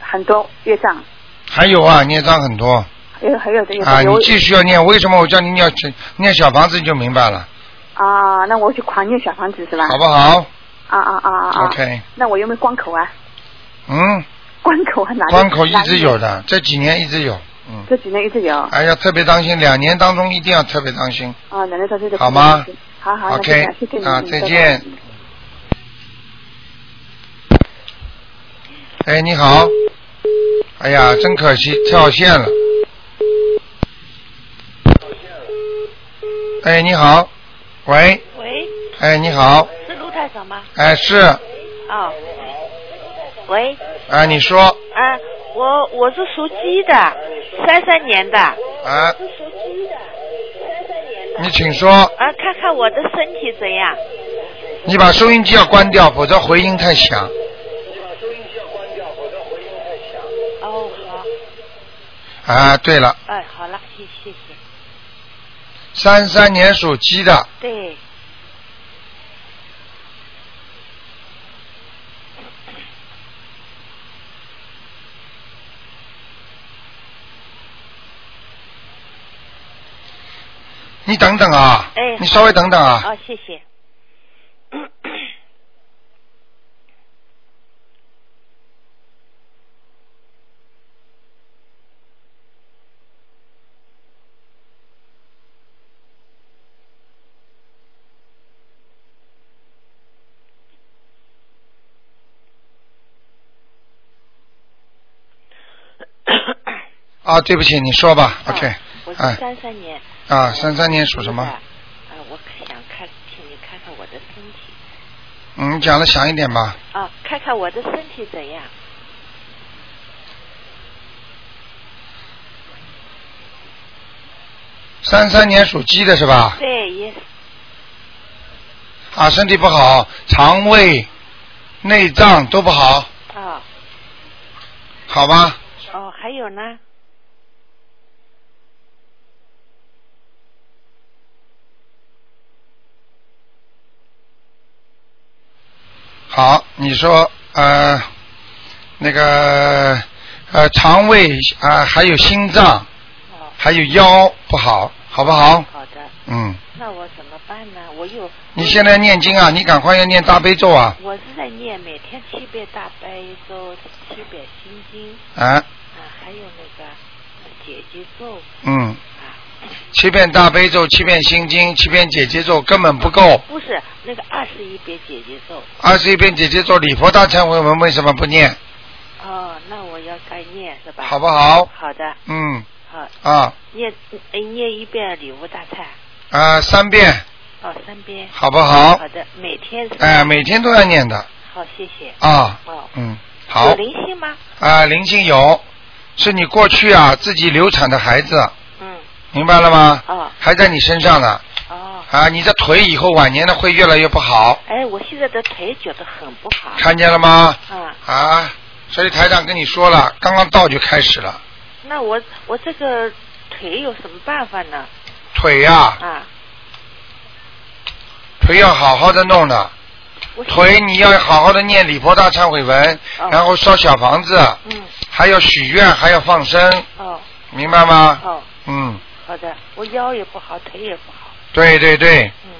K: 很多业障，
A: 还有啊，孽障很多
K: 也有还有的有
A: 啊，你
K: 有
A: 继续要念。为什么我叫你念小念小房子你就明白了，
K: 啊，那我就狂念小房子是吧？
A: 好不好
K: 啊啊啊啊啊
A: ？OK，
K: 那我有没有关口啊？ <laughs>
A: 嗯，
K: 关口很难。
A: 关口一直有
K: 哪
A: 的，这几年一直有，嗯
K: 里。，这几年一直有。
A: 哎呀，特别当心，两年当中一定要特别当心。
K: 啊，奶奶说这个。
A: 好吗
K: 好好，那就这
A: OK，
K: 样谢谢你。
A: 啊，
K: 嗯
A: 再见。。哎，你好。哎呀，真可惜，跳线了。哎，你好，喂，
L: 喂，
A: 哎，你好，
L: 是卢台长吗？
A: 哎，是，
L: 哦，喂，
A: 哎，你说，
L: 啊，我我是属鸡的，三三年的，啊
A: 哎，你请说，
L: 啊，看看我的身体怎样？
A: 你把收音机要关掉，否则回音太响。
L: 哦，好，
A: 啊，对了，
L: 哎，好了，谢谢谢，
A: 三三年属鸡的，
L: 对，
A: 你等等啊，
L: 哎，
A: 你稍微等等啊，
L: 哦，谢谢，
A: 啊，对不起，你说吧，OK，
L: 啊我是
A: 哎，
L: 三三年，
A: 啊，三三年属什么？
L: 啊，我想看，请你看看我的身体，
A: 嗯，讲的响一点吧。
L: 啊，看看我的身体怎样？
A: 三三年属鸡的是吧？
L: 对，也
A: 啊，身体不好，肠胃、内脏都不好，
L: 啊，
A: 好吧？
L: 哦，还有呢？
A: 好，你说呃，那个呃，肠胃啊、还有心脏，还有腰不好，好不好？
L: 好的，
A: 嗯，
L: 那我怎么办呢？我又
A: 你现在念经啊，你赶快要念大悲咒啊，
L: 我是在念每天七遍大悲咒，七遍心经，
A: 啊，
L: 啊，还有那个呃姐姐咒，
A: 嗯，七遍大悲咒，七遍心经，七遍解结咒根本不够，
L: 不是那个二十一遍姐姐咒。
A: 二十一遍解结咒，礼佛大忏悔文为什么不念？
L: 哦，那我要该念是吧？
A: 好不好
L: 好的，
A: 嗯，
L: 好。
A: 啊
L: 念呃念一遍礼物大忏，
A: 啊、三遍。
L: 哦，三遍。
A: 好不好
L: 好的，每天是吧。
A: 哎，每天都要念的
L: 好，谢谢。
A: 啊
L: 哦。
A: 嗯，好
L: 有灵性吗？
A: 啊，灵性有，是你过去啊自己流产的孩子，
L: 嗯。
A: 明白了吗？
L: 哦。
A: 还在你身上呢
L: 哦。
A: 啊，你的腿以后晚年呢会越来越不好，
L: 哎，我现在的腿觉得很不好。
A: 看见了吗？
L: 啊，
A: 啊，所以台长跟你说了，刚刚到就开始了，
L: 那我我这个腿有什么办法呢？
A: 腿呀、
L: 啊，
A: 腿要好好的弄的，
L: 我现
A: 腿你要好好的念礼佛大忏悔文，
L: 嗯哦
A: 然后烧小房子，
L: 嗯，
A: 还要许愿，还要放生，
L: 哦
A: 明白吗？
L: 哦，
A: 嗯，
M: 的，我腰也不好，腿也不好。
A: 对对对，
M: 嗯，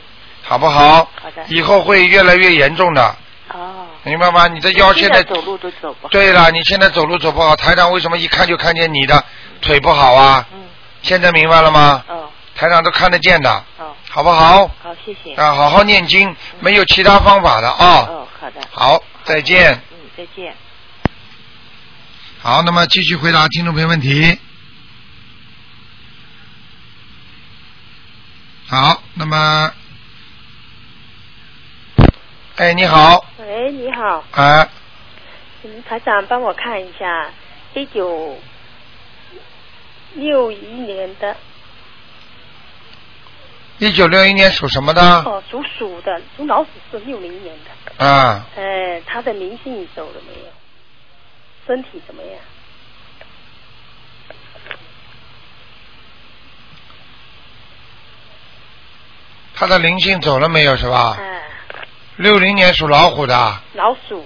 A: 好不好？
M: 好的。
A: 以后会越来越严重的，
M: 哦。
A: 明白吗？你的腰现在
M: 走路都走不好。
A: 对了，你现在走路走不好，台长为什么一看就看见你的腿不好啊？
M: 嗯。
A: 现在明白了吗？
M: 哦
A: 台长都看得见的，
M: 哦。
A: 好不好？
M: 好，谢谢。嗯
A: 啊，好好念经，没有其他方法的啊。
M: 哦，好的。
A: 好，再见。
M: 嗯，再见。
A: 好，那么继续回答听众朋友问题。好，那么，哎，你好，
L: 喂，你好，
A: 啊，
L: 嗯，台长帮我看一下，一九六一年的
A: 一九六一年属什么的？
L: 哦，属鼠的，属老鼠是六零年的，
A: 啊，
L: 呃，他的灵性走了没有？身体怎么样？
A: 他的灵性走了没有是吧？
L: 哎、
A: 六零年属老虎的，
L: 老鼠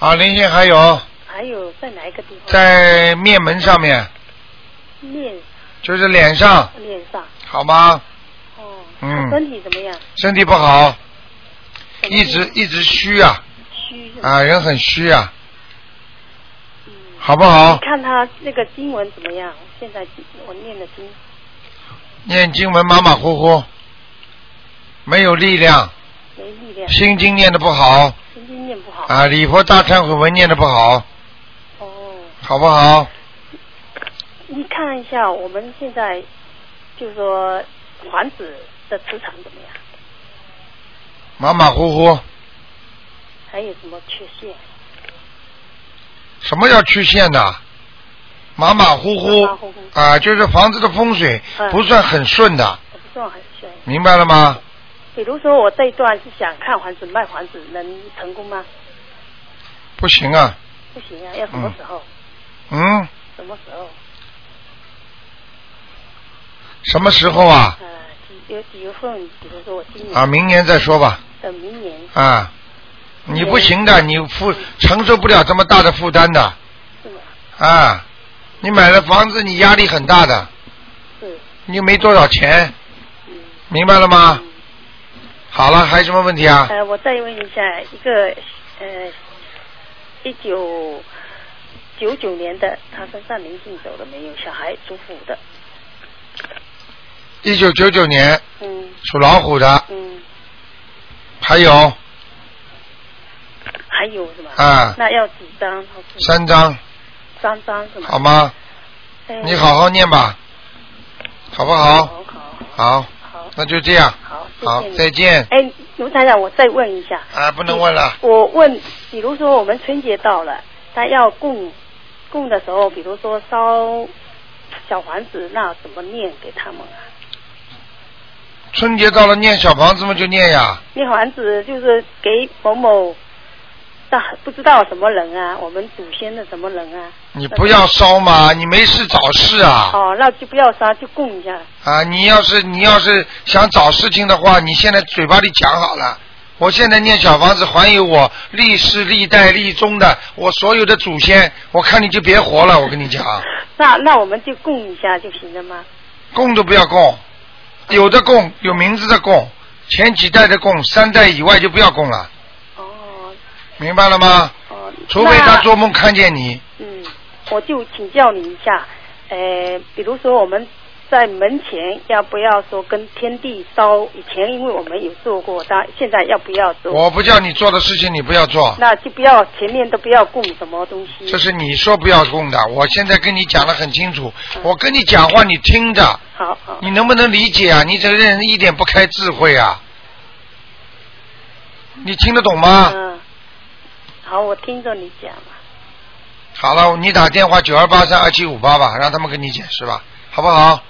A: 啊，灵性还有
L: 还有在哪一个地方？
A: 在面门上面，
L: 面
A: 就是脸上，
L: 脸上，
A: 好吗？
L: 哦，
A: 嗯
L: 身体怎么样？
A: 身体不好，一直一直虚啊，
L: 虚是吧
A: 啊，人很虚啊，
L: 嗯
A: 好不好
L: 你？看他那个经文怎么样？现在我念的经，
A: 念经文马马虎虎，没有力量，
L: 没力量。
A: 心经念的不好
L: 心经念不好。
A: 啊，礼佛大忏悔文念的不好，
L: 哦，
A: 好不好？
L: 你看一下我们现在，就是说房子的磁场怎么样？
A: 马马虎虎，
L: 还有什么缺陷？
A: 什么叫曲线呢？马马虎虎啊，就是房子的风水
L: 嗯
A: 不算很顺的，
L: 我不知道还是缺。
A: 明白了吗？
L: 比如说我这一段是想看房子卖房子，能成功吗？
A: 不行啊，
L: 不行啊，要什么时候？
A: 嗯，
L: 什么时候？
A: 什么时候啊？
L: 有几月份？比如说我今年
A: 啊，明年再说吧。
L: 等明年
A: 啊，你不行的，你负承受不了这么大的负担的。啊，你买了房子，你压力很大的。你又没多少钱，嗯明白了吗？嗯好了，还有什么问题啊？
L: 呃，我再问一下，一个呃，一九九九年的，他身上灵性走了没有？小孩属虎的，
A: 一九九九年
L: 嗯
A: 属老虎的，
L: 嗯，
A: 还有
L: 还有什么？
A: 啊
L: 那要几张？
A: 三张，
L: 三张是吗？
A: 好吗？
L: 哎
A: 你好好念吧，好不好？好，那就这样。好
L: 谢谢，你
A: 再见。
L: 哎，卢台长，我再问一下，
A: 啊，不能问了。
L: 我问，比如说我们春节到了，他要供供的时候，比如说烧小房子，那怎么念给他们啊？
A: 春节到了，念小房子嘛就念呀。
L: 念房子就是给某某大不知道什么人啊，我们祖先的什么人啊？
A: 你不要烧嘛，你没事找事啊。
L: 哦，那就不要烧，就供一下。
A: 啊，你要是你要是想找事情的话，你现在嘴巴里讲好了。我现在念小房子，还有我历世历代历宗的我所有的祖先，我看你就别活了，我跟你讲，
L: 那那我们就供一下就行了吗？
A: 供都不要供，有的供有名字的供，前几代的供，三代以外就不要供了。
L: 哦
A: 明白了吗？除非他做梦看见你，
L: 嗯，我就请教你一下，呃，比如说我们在门前要不要说跟天地烧？以前因为我们有做过，但现在要不要做？
A: 我不叫你做的事情你不要做。
L: 那就不要前面都不要供什么东西。
A: 这是你说不要供的，我现在跟你讲的很清楚。
L: 嗯
A: 我跟你讲话，你听着。
L: 好好。
A: 你能不能理解啊？你这个人一点不开智慧啊！你听得懂吗？
L: 嗯，好，我听着你讲。
A: 好了，你打电话九二八三二七五八吧，让他们跟你解释吧，好不好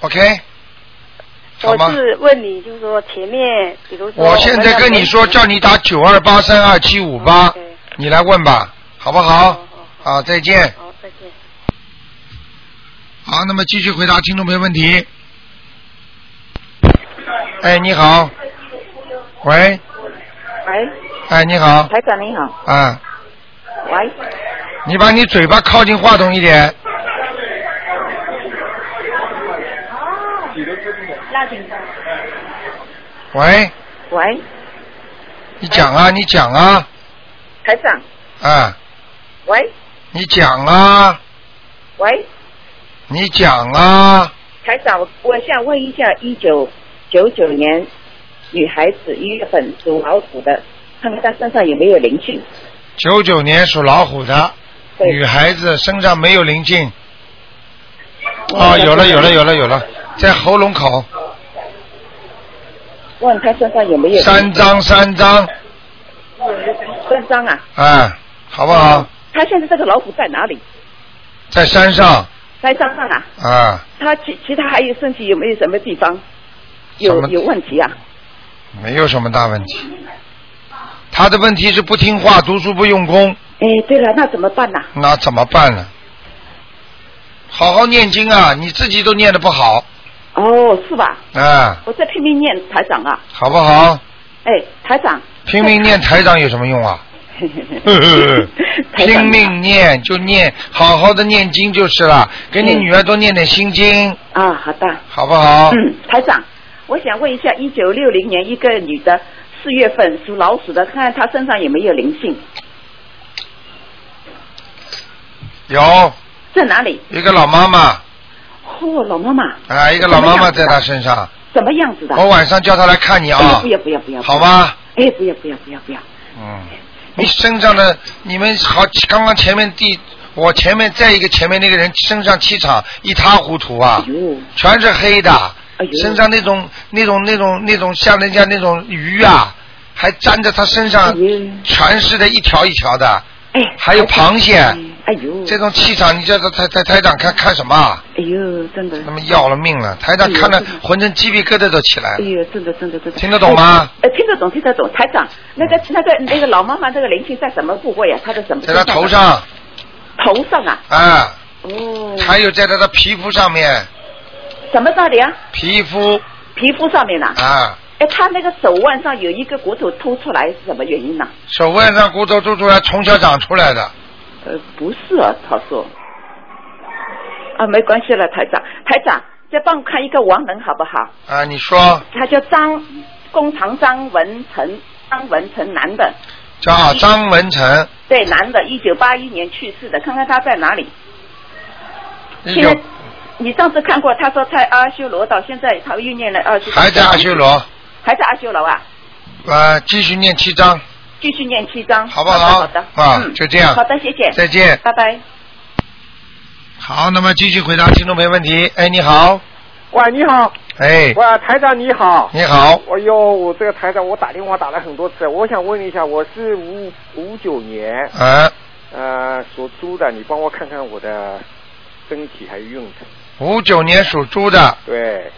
A: ？OK，好
L: 我
A: 吗？
L: 是问你，就是说前面，比如说
A: 我现在跟你说，
L: 们要
A: 叫你打九二八三二七五八，你来问吧，好不好？啊，再见。
L: 好，再见。
A: 好，那么继续回答听众朋友问题。哎，你好。喂，
N: 喂，
A: 哎，你好。
N: 台长你好，
A: 啊，
N: 喂，
A: 你把你嘴巴靠近话筒一点。
N: 哦拉紧一下。
A: 喂，
N: 喂，
A: 你讲啊，你讲啊，
N: 台长，
A: 啊，
N: 喂，
A: 你讲啊，
N: 喂，
A: 你讲啊，
N: 台长，我我想问一下，一九九九年女孩子一月份属老虎的，看看她身上有没有灵性？
A: 九九年属老虎的
N: 对
A: 女孩子身上没有灵性，
N: 我
A: 哦，
N: 想
A: 有了
N: 问
A: 有了有了有了，在喉咙口
N: 问她身上有没有灵性
A: 三张三张，
N: 三张啊？
A: 啊，好不好？
N: 她现在这个老虎在哪里？
A: 在山上
N: 在山上啊？
A: 啊，
N: 她其其他还有身体有没有什么地方有
A: 什么
N: 有问题啊？
A: 没有什么大问题。他的问题是不听话，读书不用功，
N: 哎，对了，那怎么办呐、啊
A: 那怎么办呢？好好念经啊，你自己都念的不好
N: 哦，是吧？
A: 啊，
N: 我在拼命念台长啊！
A: 好不好？
N: 哎，台
A: <laughs>
N: 长，
A: 拼命念台长有什么用啊？ <laughs>
N: 台长
A: 拼命念就念，好好的念经就是了。给你女儿多念点心经，
N: 啊，好的，
A: 好不好？
N: 嗯，台长，我想问一下，一九六零年一个女的，四月份属老鼠的，看看她身上有没有灵性，
A: 有
N: 在哪里？
A: 一个老妈妈
N: 哦，老妈妈，
A: 啊，一个老妈妈在她身上，
N: 什么样子的？
A: 我晚上叫她来看你啊
N: 哎不要不要不要，
A: 好吗？
N: 哎，不要不要不要不要，
A: 嗯，你身上的你们好，刚刚前面第我前面再一个前面那个人身上气场一塌糊涂啊，
N: 哎
A: 全是黑的，身上那种那种那种那种像人家那种鱼啊，还粘着他身上，全是的一条一条的，
N: 哎，
A: 还有螃蟹，
N: 哎呦，
A: 这种气场，你叫他台台台长看看什么啊？
N: 哎呦，真的，
A: 他们要了命了，台长看了浑身鸡皮疙瘩都起来
N: 哎
A: 了，
N: 呦，真的真的真的，
A: 听得懂吗？嗯
N: 呃，听得懂，听得懂，台长，那个那个那个老妈妈，这个灵性在什么部位啊？她的什么？
A: 在他头上，
N: 头上啊？
A: 啊，
N: 哦，
A: 还有在他的皮肤上面，
N: 什么道理啊？
A: 皮肤
N: 皮肤上面呐、
A: 啊。
N: 哎，她那个手腕上有一个骨头凸出来，是什么原因呢、啊
A: 手腕上骨头凸出来，从小长出来的。
N: 呃，不是啊，他说。啊，没关系了，台长，台长，再帮我看一个亡人好不好？
A: 啊，你说
N: 他叫张，工长张文成，张文成，男的，
A: 叫啊
N: 哎
A: 张文成，
N: 对，男的，一九八一年去世的，看看他在哪里。
A: 一
N: 现
A: 九
N: 在你上次看过，他说在阿修罗道，现在他又念了二十。
A: 还在阿修。罗，
N: 还在阿修罗啊，
A: 呃，继续念七章，
N: 继续念七章。
A: 好不
N: 好的？
A: 好
N: 好的。
A: 啊
N: 嗯
A: 就这样
N: 好的，谢谢。
A: 再见
N: 拜拜。
A: 好，那么继续回答听众朋友问题。哎，你好，
O: 喂，你好。
A: 哎，
O: 喂，台长你好。
A: 你好
O: 哎呦，我这个台长，我打电话打了很多次，我想问一下，我是五五九年，
A: 啊，
O: 呃，属猪的，你帮我看看我的身体还有运程。
A: 五九年属猪的，
O: 对，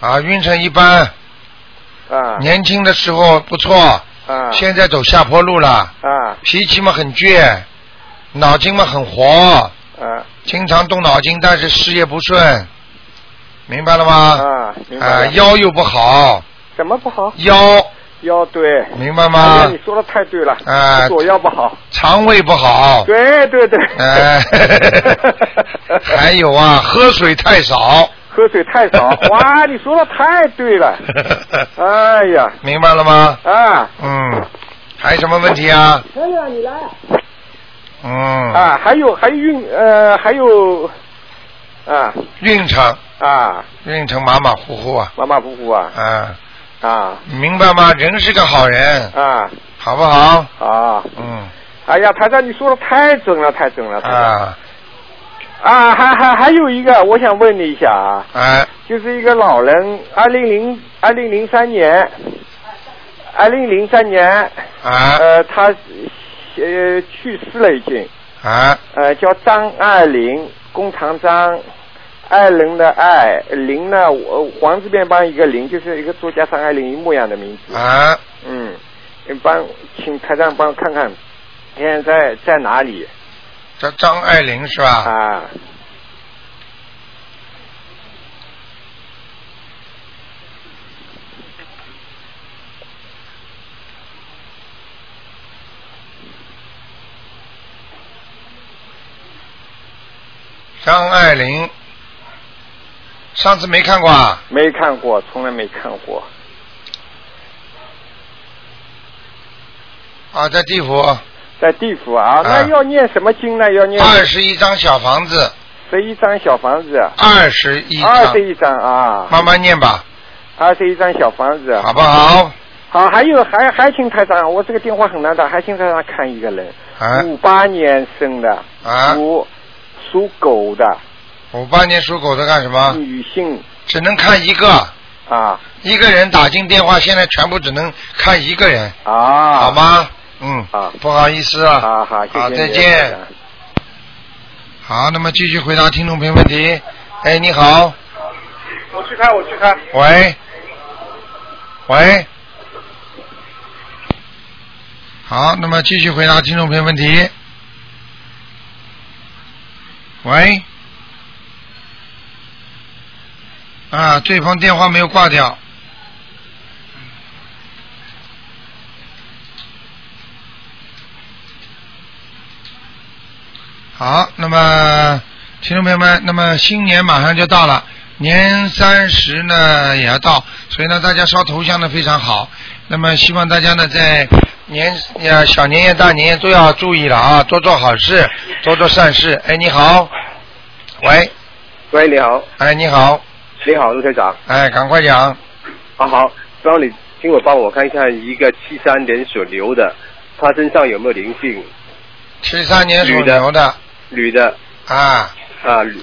A: 啊，运程一般，
O: 啊，
A: 年轻的时候不错，
O: 啊，
A: 现在走下坡路了，
O: 啊，
A: 脾气嘛很倔，脑筋嘛很活，
O: 啊，
A: 经常动脑筋，但是事业不顺，明白了吗？
O: 啊，明白
A: 啊，
O: 了
A: 腰又不好，
O: 怎么不好？
A: 腰
O: 腰对。
A: 明白
O: 哎呀
A: 吗
O: 你？说的太对了，
A: 啊
O: 左腰不好。
A: 肠胃不好，
O: 对对对，
A: 哎， <laughs> 还有啊，喝水太少，
O: 喝水太
A: <laughs>
O: 少。哇，你说的太对了，哎呀，
A: 明白了吗？
O: 啊，
A: 嗯，还有什么问题啊？
O: 可以啊，你来。
A: 嗯，
O: 啊，还有还有运呃，还有啊
A: 运程
O: 啊，
A: 运程马马虎虎啊，
O: 马马虎虎啊
A: 啊，
O: 啊
A: 明白吗？人是个好人，
O: 啊
A: 好不好？
O: 啊！
A: 嗯
O: 哎呀，台长，你说的太准了，太准了！台长
A: 啊
O: 啊，还还还有一个，我想问你一下啊，
A: 啊，
O: 就是一个老人，二零零二零零三年，二零零三年，
A: 啊
O: 呃，他呃去世了已经，
A: 啊
O: 呃，叫张爱玲，工长张，爱人的爱，玲呢，我黄字边帮一个玲，就是一个作家张爱玲一模一样的名字。
A: 啊，
O: 嗯，你帮请台长帮看看，现在在哪里？
A: 这张爱玲是吧？
O: 啊。
A: 张爱玲，上次没看过啊？
O: 没看过，从来没看过。
A: 啊，在地府
O: 在地府啊，那要念什么经呢？要念
A: 二十一张小房子，
O: 十一张小房子，啊
A: 二十一
O: 二
A: 张，
O: 十一张啊，
A: 慢慢念吧，
O: 二十一张小房子，
A: 好不好？
O: 好，还有还还请台长，我这个电话很难打，还请台长看一个人，
A: 啊
O: 五八年生的，
A: 啊，
O: 属属狗的
A: 五八年属狗的干什么？
O: 女性，
A: 只能看一个，
O: 啊
A: 一个人打进电话，现在全部只能看一个人，
O: 啊，
A: 好？吗？嗯，不好意思啊，
O: 好好，谢谢
A: 好，
O: 你
A: 再
O: 台
A: 见
O: 长。
A: 好，那么继续回答听众朋友问题。哎，你好，
P: 我去开，我去开。
A: 喂，喂，好，那么继续回答听众朋友问题。喂，啊，对方电话没有挂掉。好，那么听众朋友们，那么新年马上就到了，年三十呢也要到，所以呢，大家烧头香呢非常好。那么希望大家呢在年呃小年夜、大年夜都要注意了啊，多做好事，多做善事。哎，你好，喂，
P: 喂，你好，
A: 哎，你好，
P: 你好，陆台长。
A: 哎，赶快讲，
P: 啊好，帮你请我帮我看看一个七三年属牛的，他身上有没有灵性？
A: 七三年属
P: 女的
A: 牛的
P: 女的
A: 啊，
P: 啊，女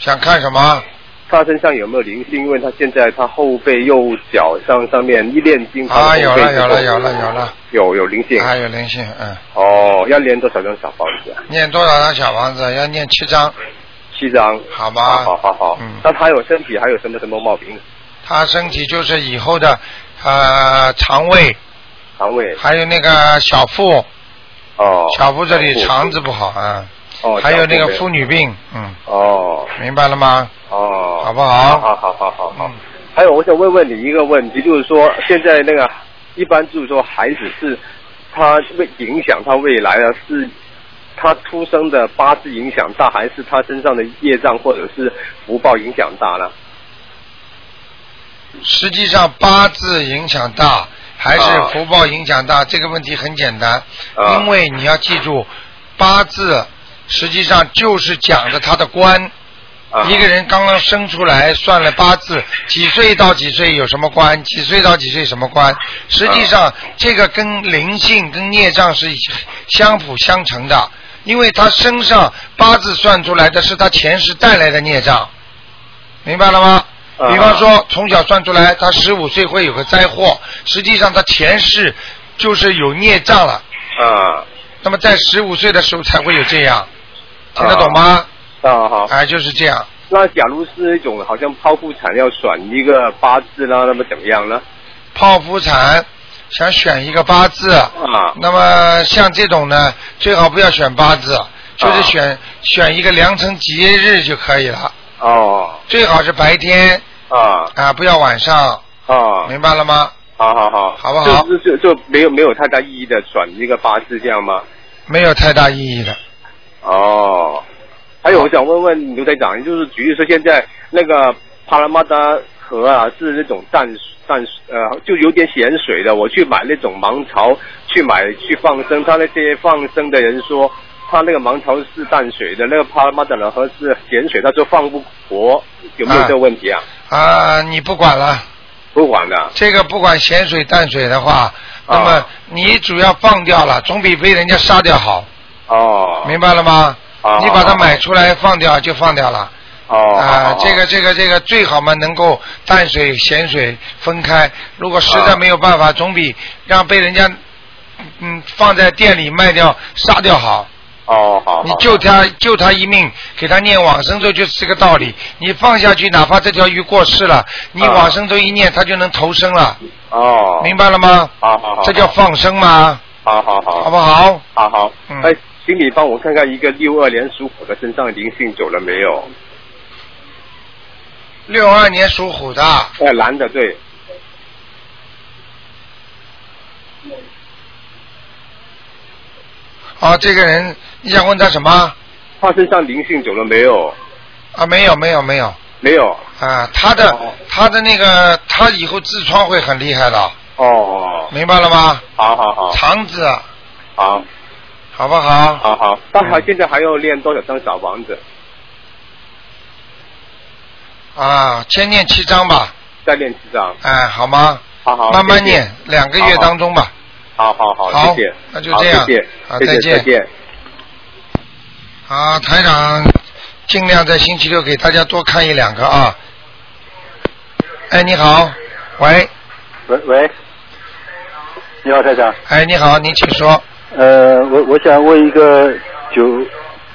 A: 想看什么？
P: 她身上有没有灵性？因为她现在她后背右脚上上面一念经，她的
A: 啊，
P: 后背
A: 有了，
P: 是
A: 有
P: 红
A: 了，有了，有了，
P: 有有灵性。
A: 啊，有灵性，嗯，
P: 哦，要念多少张小房子啊？
A: 念多少张小房子？要念七张。
P: 七张。
A: 好吧。
P: 好好好。嗯。那她有身体还有什么什么毛病？
A: 他身体就是以后的呃肠胃，
P: 肠胃。
A: 还有那个小腹，
P: 哦。
A: 小腹这里
P: 小腹
A: 肠子不好啊，
P: 哦。
A: 还有那个
P: 小
A: 妇
P: 腹没
A: 女病，嗯，
P: 哦。
A: 明白了吗？
P: 哦，
A: 好不嗯好
P: 好好好好好。还有，我想问问你一个问题，就是说现在那个一般就是说孩子是他会影响他未来啊，是他出生的八字影响大，还是他身上的业障或者是福报影响大呢？
A: 实际上八字影响大还是福报影响大，这个问题很简单，
P: 啊
A: 因为你要记住，八字实际上就是讲的他的官。一个人刚刚生出来，算了八字，几岁到几岁有什么关？几岁到几岁什么关？实际上，这个跟灵性、跟孽障是相辅相成的，因为他身上八字算出来的是他前世带来的孽障，明白了吗？
P: 啊
A: 比方说，从小算出来，他十五岁会有个灾祸，实际上他前世就是有孽障了。
P: 啊，
A: 那么在十五岁的时候才会有这样，听得懂吗？
P: 啊好。
A: 哎，就是这样。
P: 那假如是那种好像剖腹产要选一个八字啦，那么怎么样呢？
A: 剖腹产想选一个八字，
P: 啊
A: 那么像这种呢，最好不要选八字，
P: 啊
A: 就是选、选一个良辰吉日就可以了，
P: 哦
A: 最好是白天
P: 啊
A: 啊，不要晚上，
P: 啊，
A: 明白了吗？
P: 好好好，
A: 好不好
P: 就就就就没有没有太大意义的转一个八字这样吗？
A: 没有太大意义的。
P: 哦，还有我想问问刘台长，就是举例说现在那个帕拉马达河啊，是那种淡淡呃，就有点咸水的。我去买那种芒草，去买去放生，他那些放生的人说，他那个芒草是淡水的，那个帕拉马达河是咸水，他说放不活，有没有这个问题啊？
A: 啊，你不管了，
P: 不管的，
A: 这个不管咸水淡水的话，那么你主要放掉了，总比被人家杀掉好，
P: 哦
A: 明白了吗？
P: 哦
A: 你把它买出来放掉就放掉了。
P: 哦，
A: 啊，这个这个这个最好嘛，能够淡水咸水分开。如果实在没有办法，总比让被人家嗯放在店里卖掉杀掉好。
P: 哦好，
A: 你救他救他一命，给他念往生咒就是这个道理。你放下去，哪怕这条鱼过世了，你
P: 啊
A: 往生咒一念，它就能投生了，
P: 哦，
A: 明白了吗？
P: 好好好，
A: 这叫放生吗？
P: 好好好，
A: 好不好？
P: 好好，
A: 嗯
P: 哎，请你帮我看看一个六二年属虎的身上灵性走了没有？
A: 六二年属虎的，
P: 哎，男的对，
A: 啊，这个人你想问他什么？
P: 他身上灵性走了没有？
A: 啊，没有没有没有
P: 没有。
A: 啊，他
P: 哦
A: 的他的那个他以后痔疮会很厉害的，
P: 哦，
A: 明白了吗？
P: 好好好，
A: 肠子啊
P: 好，
A: 好不好？
P: 好好。他还现在还要练多少张小房子？
A: 啊，先念七章吧，
P: 再练几张？
A: 哎，好吗？
P: 好好，
A: 慢慢
P: 谢谢
A: 念，两个月当。中吧。
P: 好好好好，
A: 好
P: 谢谢，
A: 那就这样
P: 好谢谢
A: 好，
P: 谢谢
A: 再见
P: 再见。
A: 啊，台长，尽量在星期六给大家多看一两个啊。哎，你好，喂，
Q: 喂喂，你好，台长。
A: 哎，你好，你请说。
Q: 呃，我我想问一个九，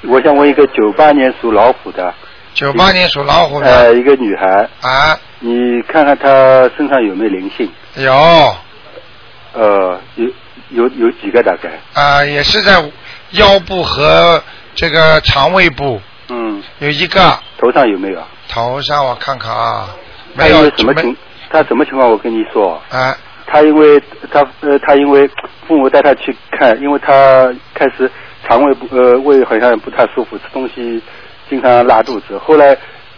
Q: 我想问一个九八年属老虎的。
A: 九八年属老虎
P: 哎
Q: 呃，
A: 的
Q: 一个女孩，
A: 哦啊，
Q: 你看看她身上有没有灵性？
A: 有
Q: 呃，有有有几个大概？
A: 啊，也是在腰部和这个肠胃部
Q: 嗯，
A: 有一个，
Q: 头上有没有？
A: 头上我看看啊，
Q: 她
A: 没
Q: 因
A: 有
Q: 为什么情？她什么情况？我跟你说，
A: 啊，
Q: 她因为她呃，她因为父母带她去看，因为她开始肠胃不呃胃好像不太舒服，吃东西经常拉肚子，后来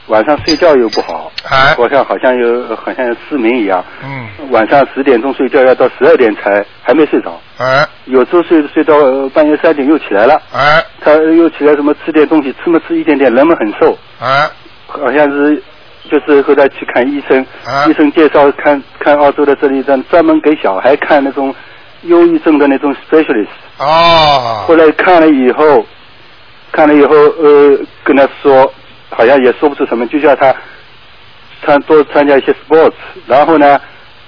Q: 晚上睡觉又不好，
A: 哎，
Q: 好像好像有好像有失明一样，
P: Mm.
A: 嗯，
Q: 晚上十点钟睡觉要到十二点才还没睡着，
A: 哎
Q: 有时候睡睡到呃半夜三点又起来了，
A: 哎
Q: 她又起来什么吃点东西，吃么吃一点点，人们很瘦，
A: 哎
Q: 好像是就是后来去看医生，
A: 啊
Q: 医生介绍看看澳洲的这里专专门给小孩看那种忧郁症的那种 specialist。
A: 哦，
Q: 后来看了以后，看了以后呃跟他说，好像也说不出什么，就叫他参多参加一些 sports，然后呢，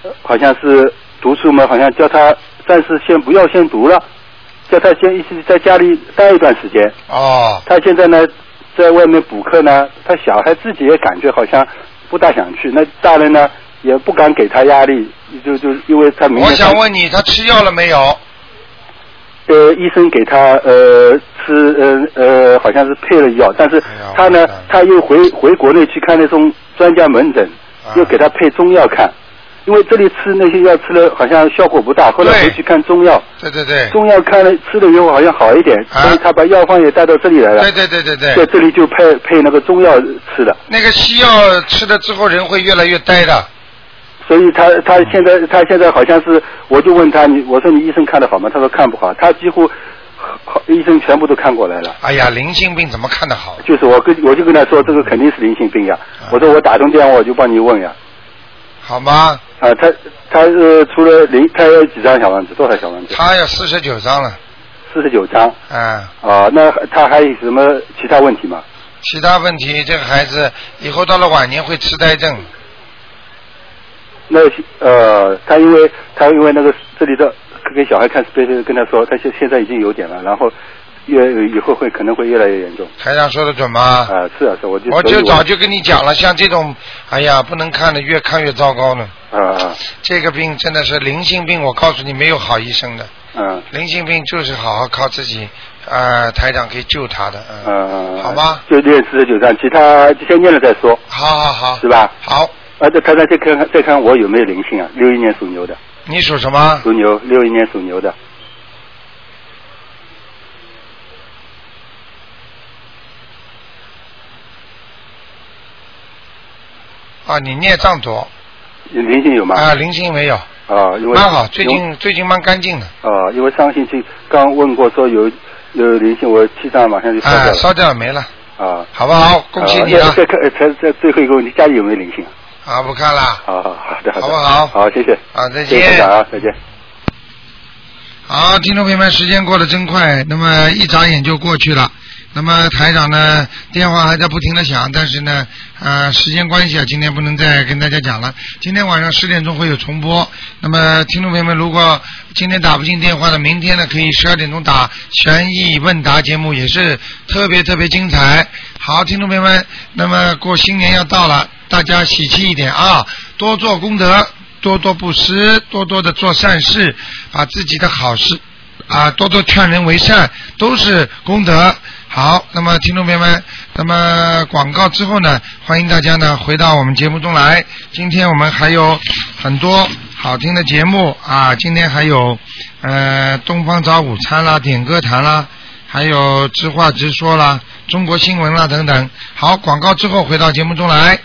Q: 呃好像是读书嘛，好像叫他暂时先不要先读了，叫他先一直在家里待一段时间。
A: 哦，
Q: 他现在呢，在外面补课呢，他小孩自己也感觉好像不大想去，那大人呢也不敢给他压力，就就因为他明
A: 我
Q: 天
A: 想问你，他吃药了没有？
Q: 呃医生给他呃吃呃呃好像是配了药，但是
A: 哎
Q: 他呢、他又回回国内去看那种专家门诊，
A: 啊
Q: 又给他配中药看，因为这里吃那些药吃了好像效果不大，后来回去看中药，
A: 对对对，啊
Q: 中药看了吃了以后好像好一点，所以他把药方也带到这里来了。
A: 对对对对
Q: 在
A: 对，
Q: 这里就配配那个中药吃的，
A: 那个西药吃了之后人会越来越呆的，
Q: 所以他他现
A: 嗯
Q: 在他现在好像是，我就问他你我说你医生看得好吗？他说看不好，他几乎好医生全部都看过来了。
A: 哎呀，灵性病怎么看得好？嗯
Q: 就是我跟我就跟他说这个肯定是灵性病呀，我说我打通电话我就帮你问呀。
A: 好吗？
Q: 啊，他他呃除了灵，他有几张小房子？多少小房子？
A: 他要四十九张了，
Q: 四十九张。
A: 啊，
Q: 啊，那他还有什么其他问题吗？
A: 其他问题这个孩子以后到了晚年会痴呆症，
Q: 那呃，他因为他因为那个这里的给小孩看 s p e 跟他说，他现现在已经有点了，然后越以后会可能会越来越严重。
A: 台上说的准吗？
Q: 啊、是啊，是啊我就所
A: 我哦就
Q: 以
A: 早就跟你讲了，像这种，哎呀，不能看的，越看越糟糕呢。
Q: 啊啊
A: 这个病真的是灵性病，我告诉你，没有好医生的。
Q: 嗯
A: 灵性病就是好好靠自己，呃，台长可以救他的。嗯，
Q: 嗯，
A: 好吧，
Q: 就练四十九章，其他先念了再说，
A: 好好好，
Q: 是吧？
A: 好。
Q: 啊，再看看再看看再看我有没有灵性啊？六一年属牛的，
A: 你属什么？
Q: 属牛，六一年属牛的，
A: 啊，你孽障多
Q: 有灵性有吗？
A: 啊，灵性没有，
Q: 啊，因为
A: 蛮好，最
Q: 因为
A: 近最近蛮干净的，
Q: 啊，因为上星期刚问过说有有灵性，我七张马上就烧掉
A: 啊，
Q: 了。
A: 烧掉了没了，
Q: 啊，
A: 好不好？恭喜你啊
Q: 啊！！再看，呃再再最后一个问题，家里有没有灵性？
A: 啊，不看了，
Q: 好好好的，好的，
A: 好不好
Q: 好，谢谢。
A: 啊，再
Q: 谢谢台
A: 见
Q: 长。啊，再见。
A: 好，听众朋友们，时间过得真快，那么一眨眼就过去了。那么台长呢，电话还在不停的响，但是呢，呃，时间关系啊，今天不能再跟大家讲了。今天晚上十点钟会有重播。那么听众朋友们，如果今天打不进电话的，明天呢可以十二点钟打悬疑问答节目，也是特别特别精彩。好，听众朋友们，那么过新年要到了，大家喜气一点啊，多做功德，多多布施，多多的做善事，把自己的好事啊，多多劝人为善，都是功德。好，那么听众朋友们，那么广告之后呢，欢迎大家呢回到我们节目中来。今天我们还有很多好听的节目啊，今天还有呃东方早午餐啦、点歌坛啦，还有直话直说啦，中国新闻啦等等。好，广告之后回到节目中来。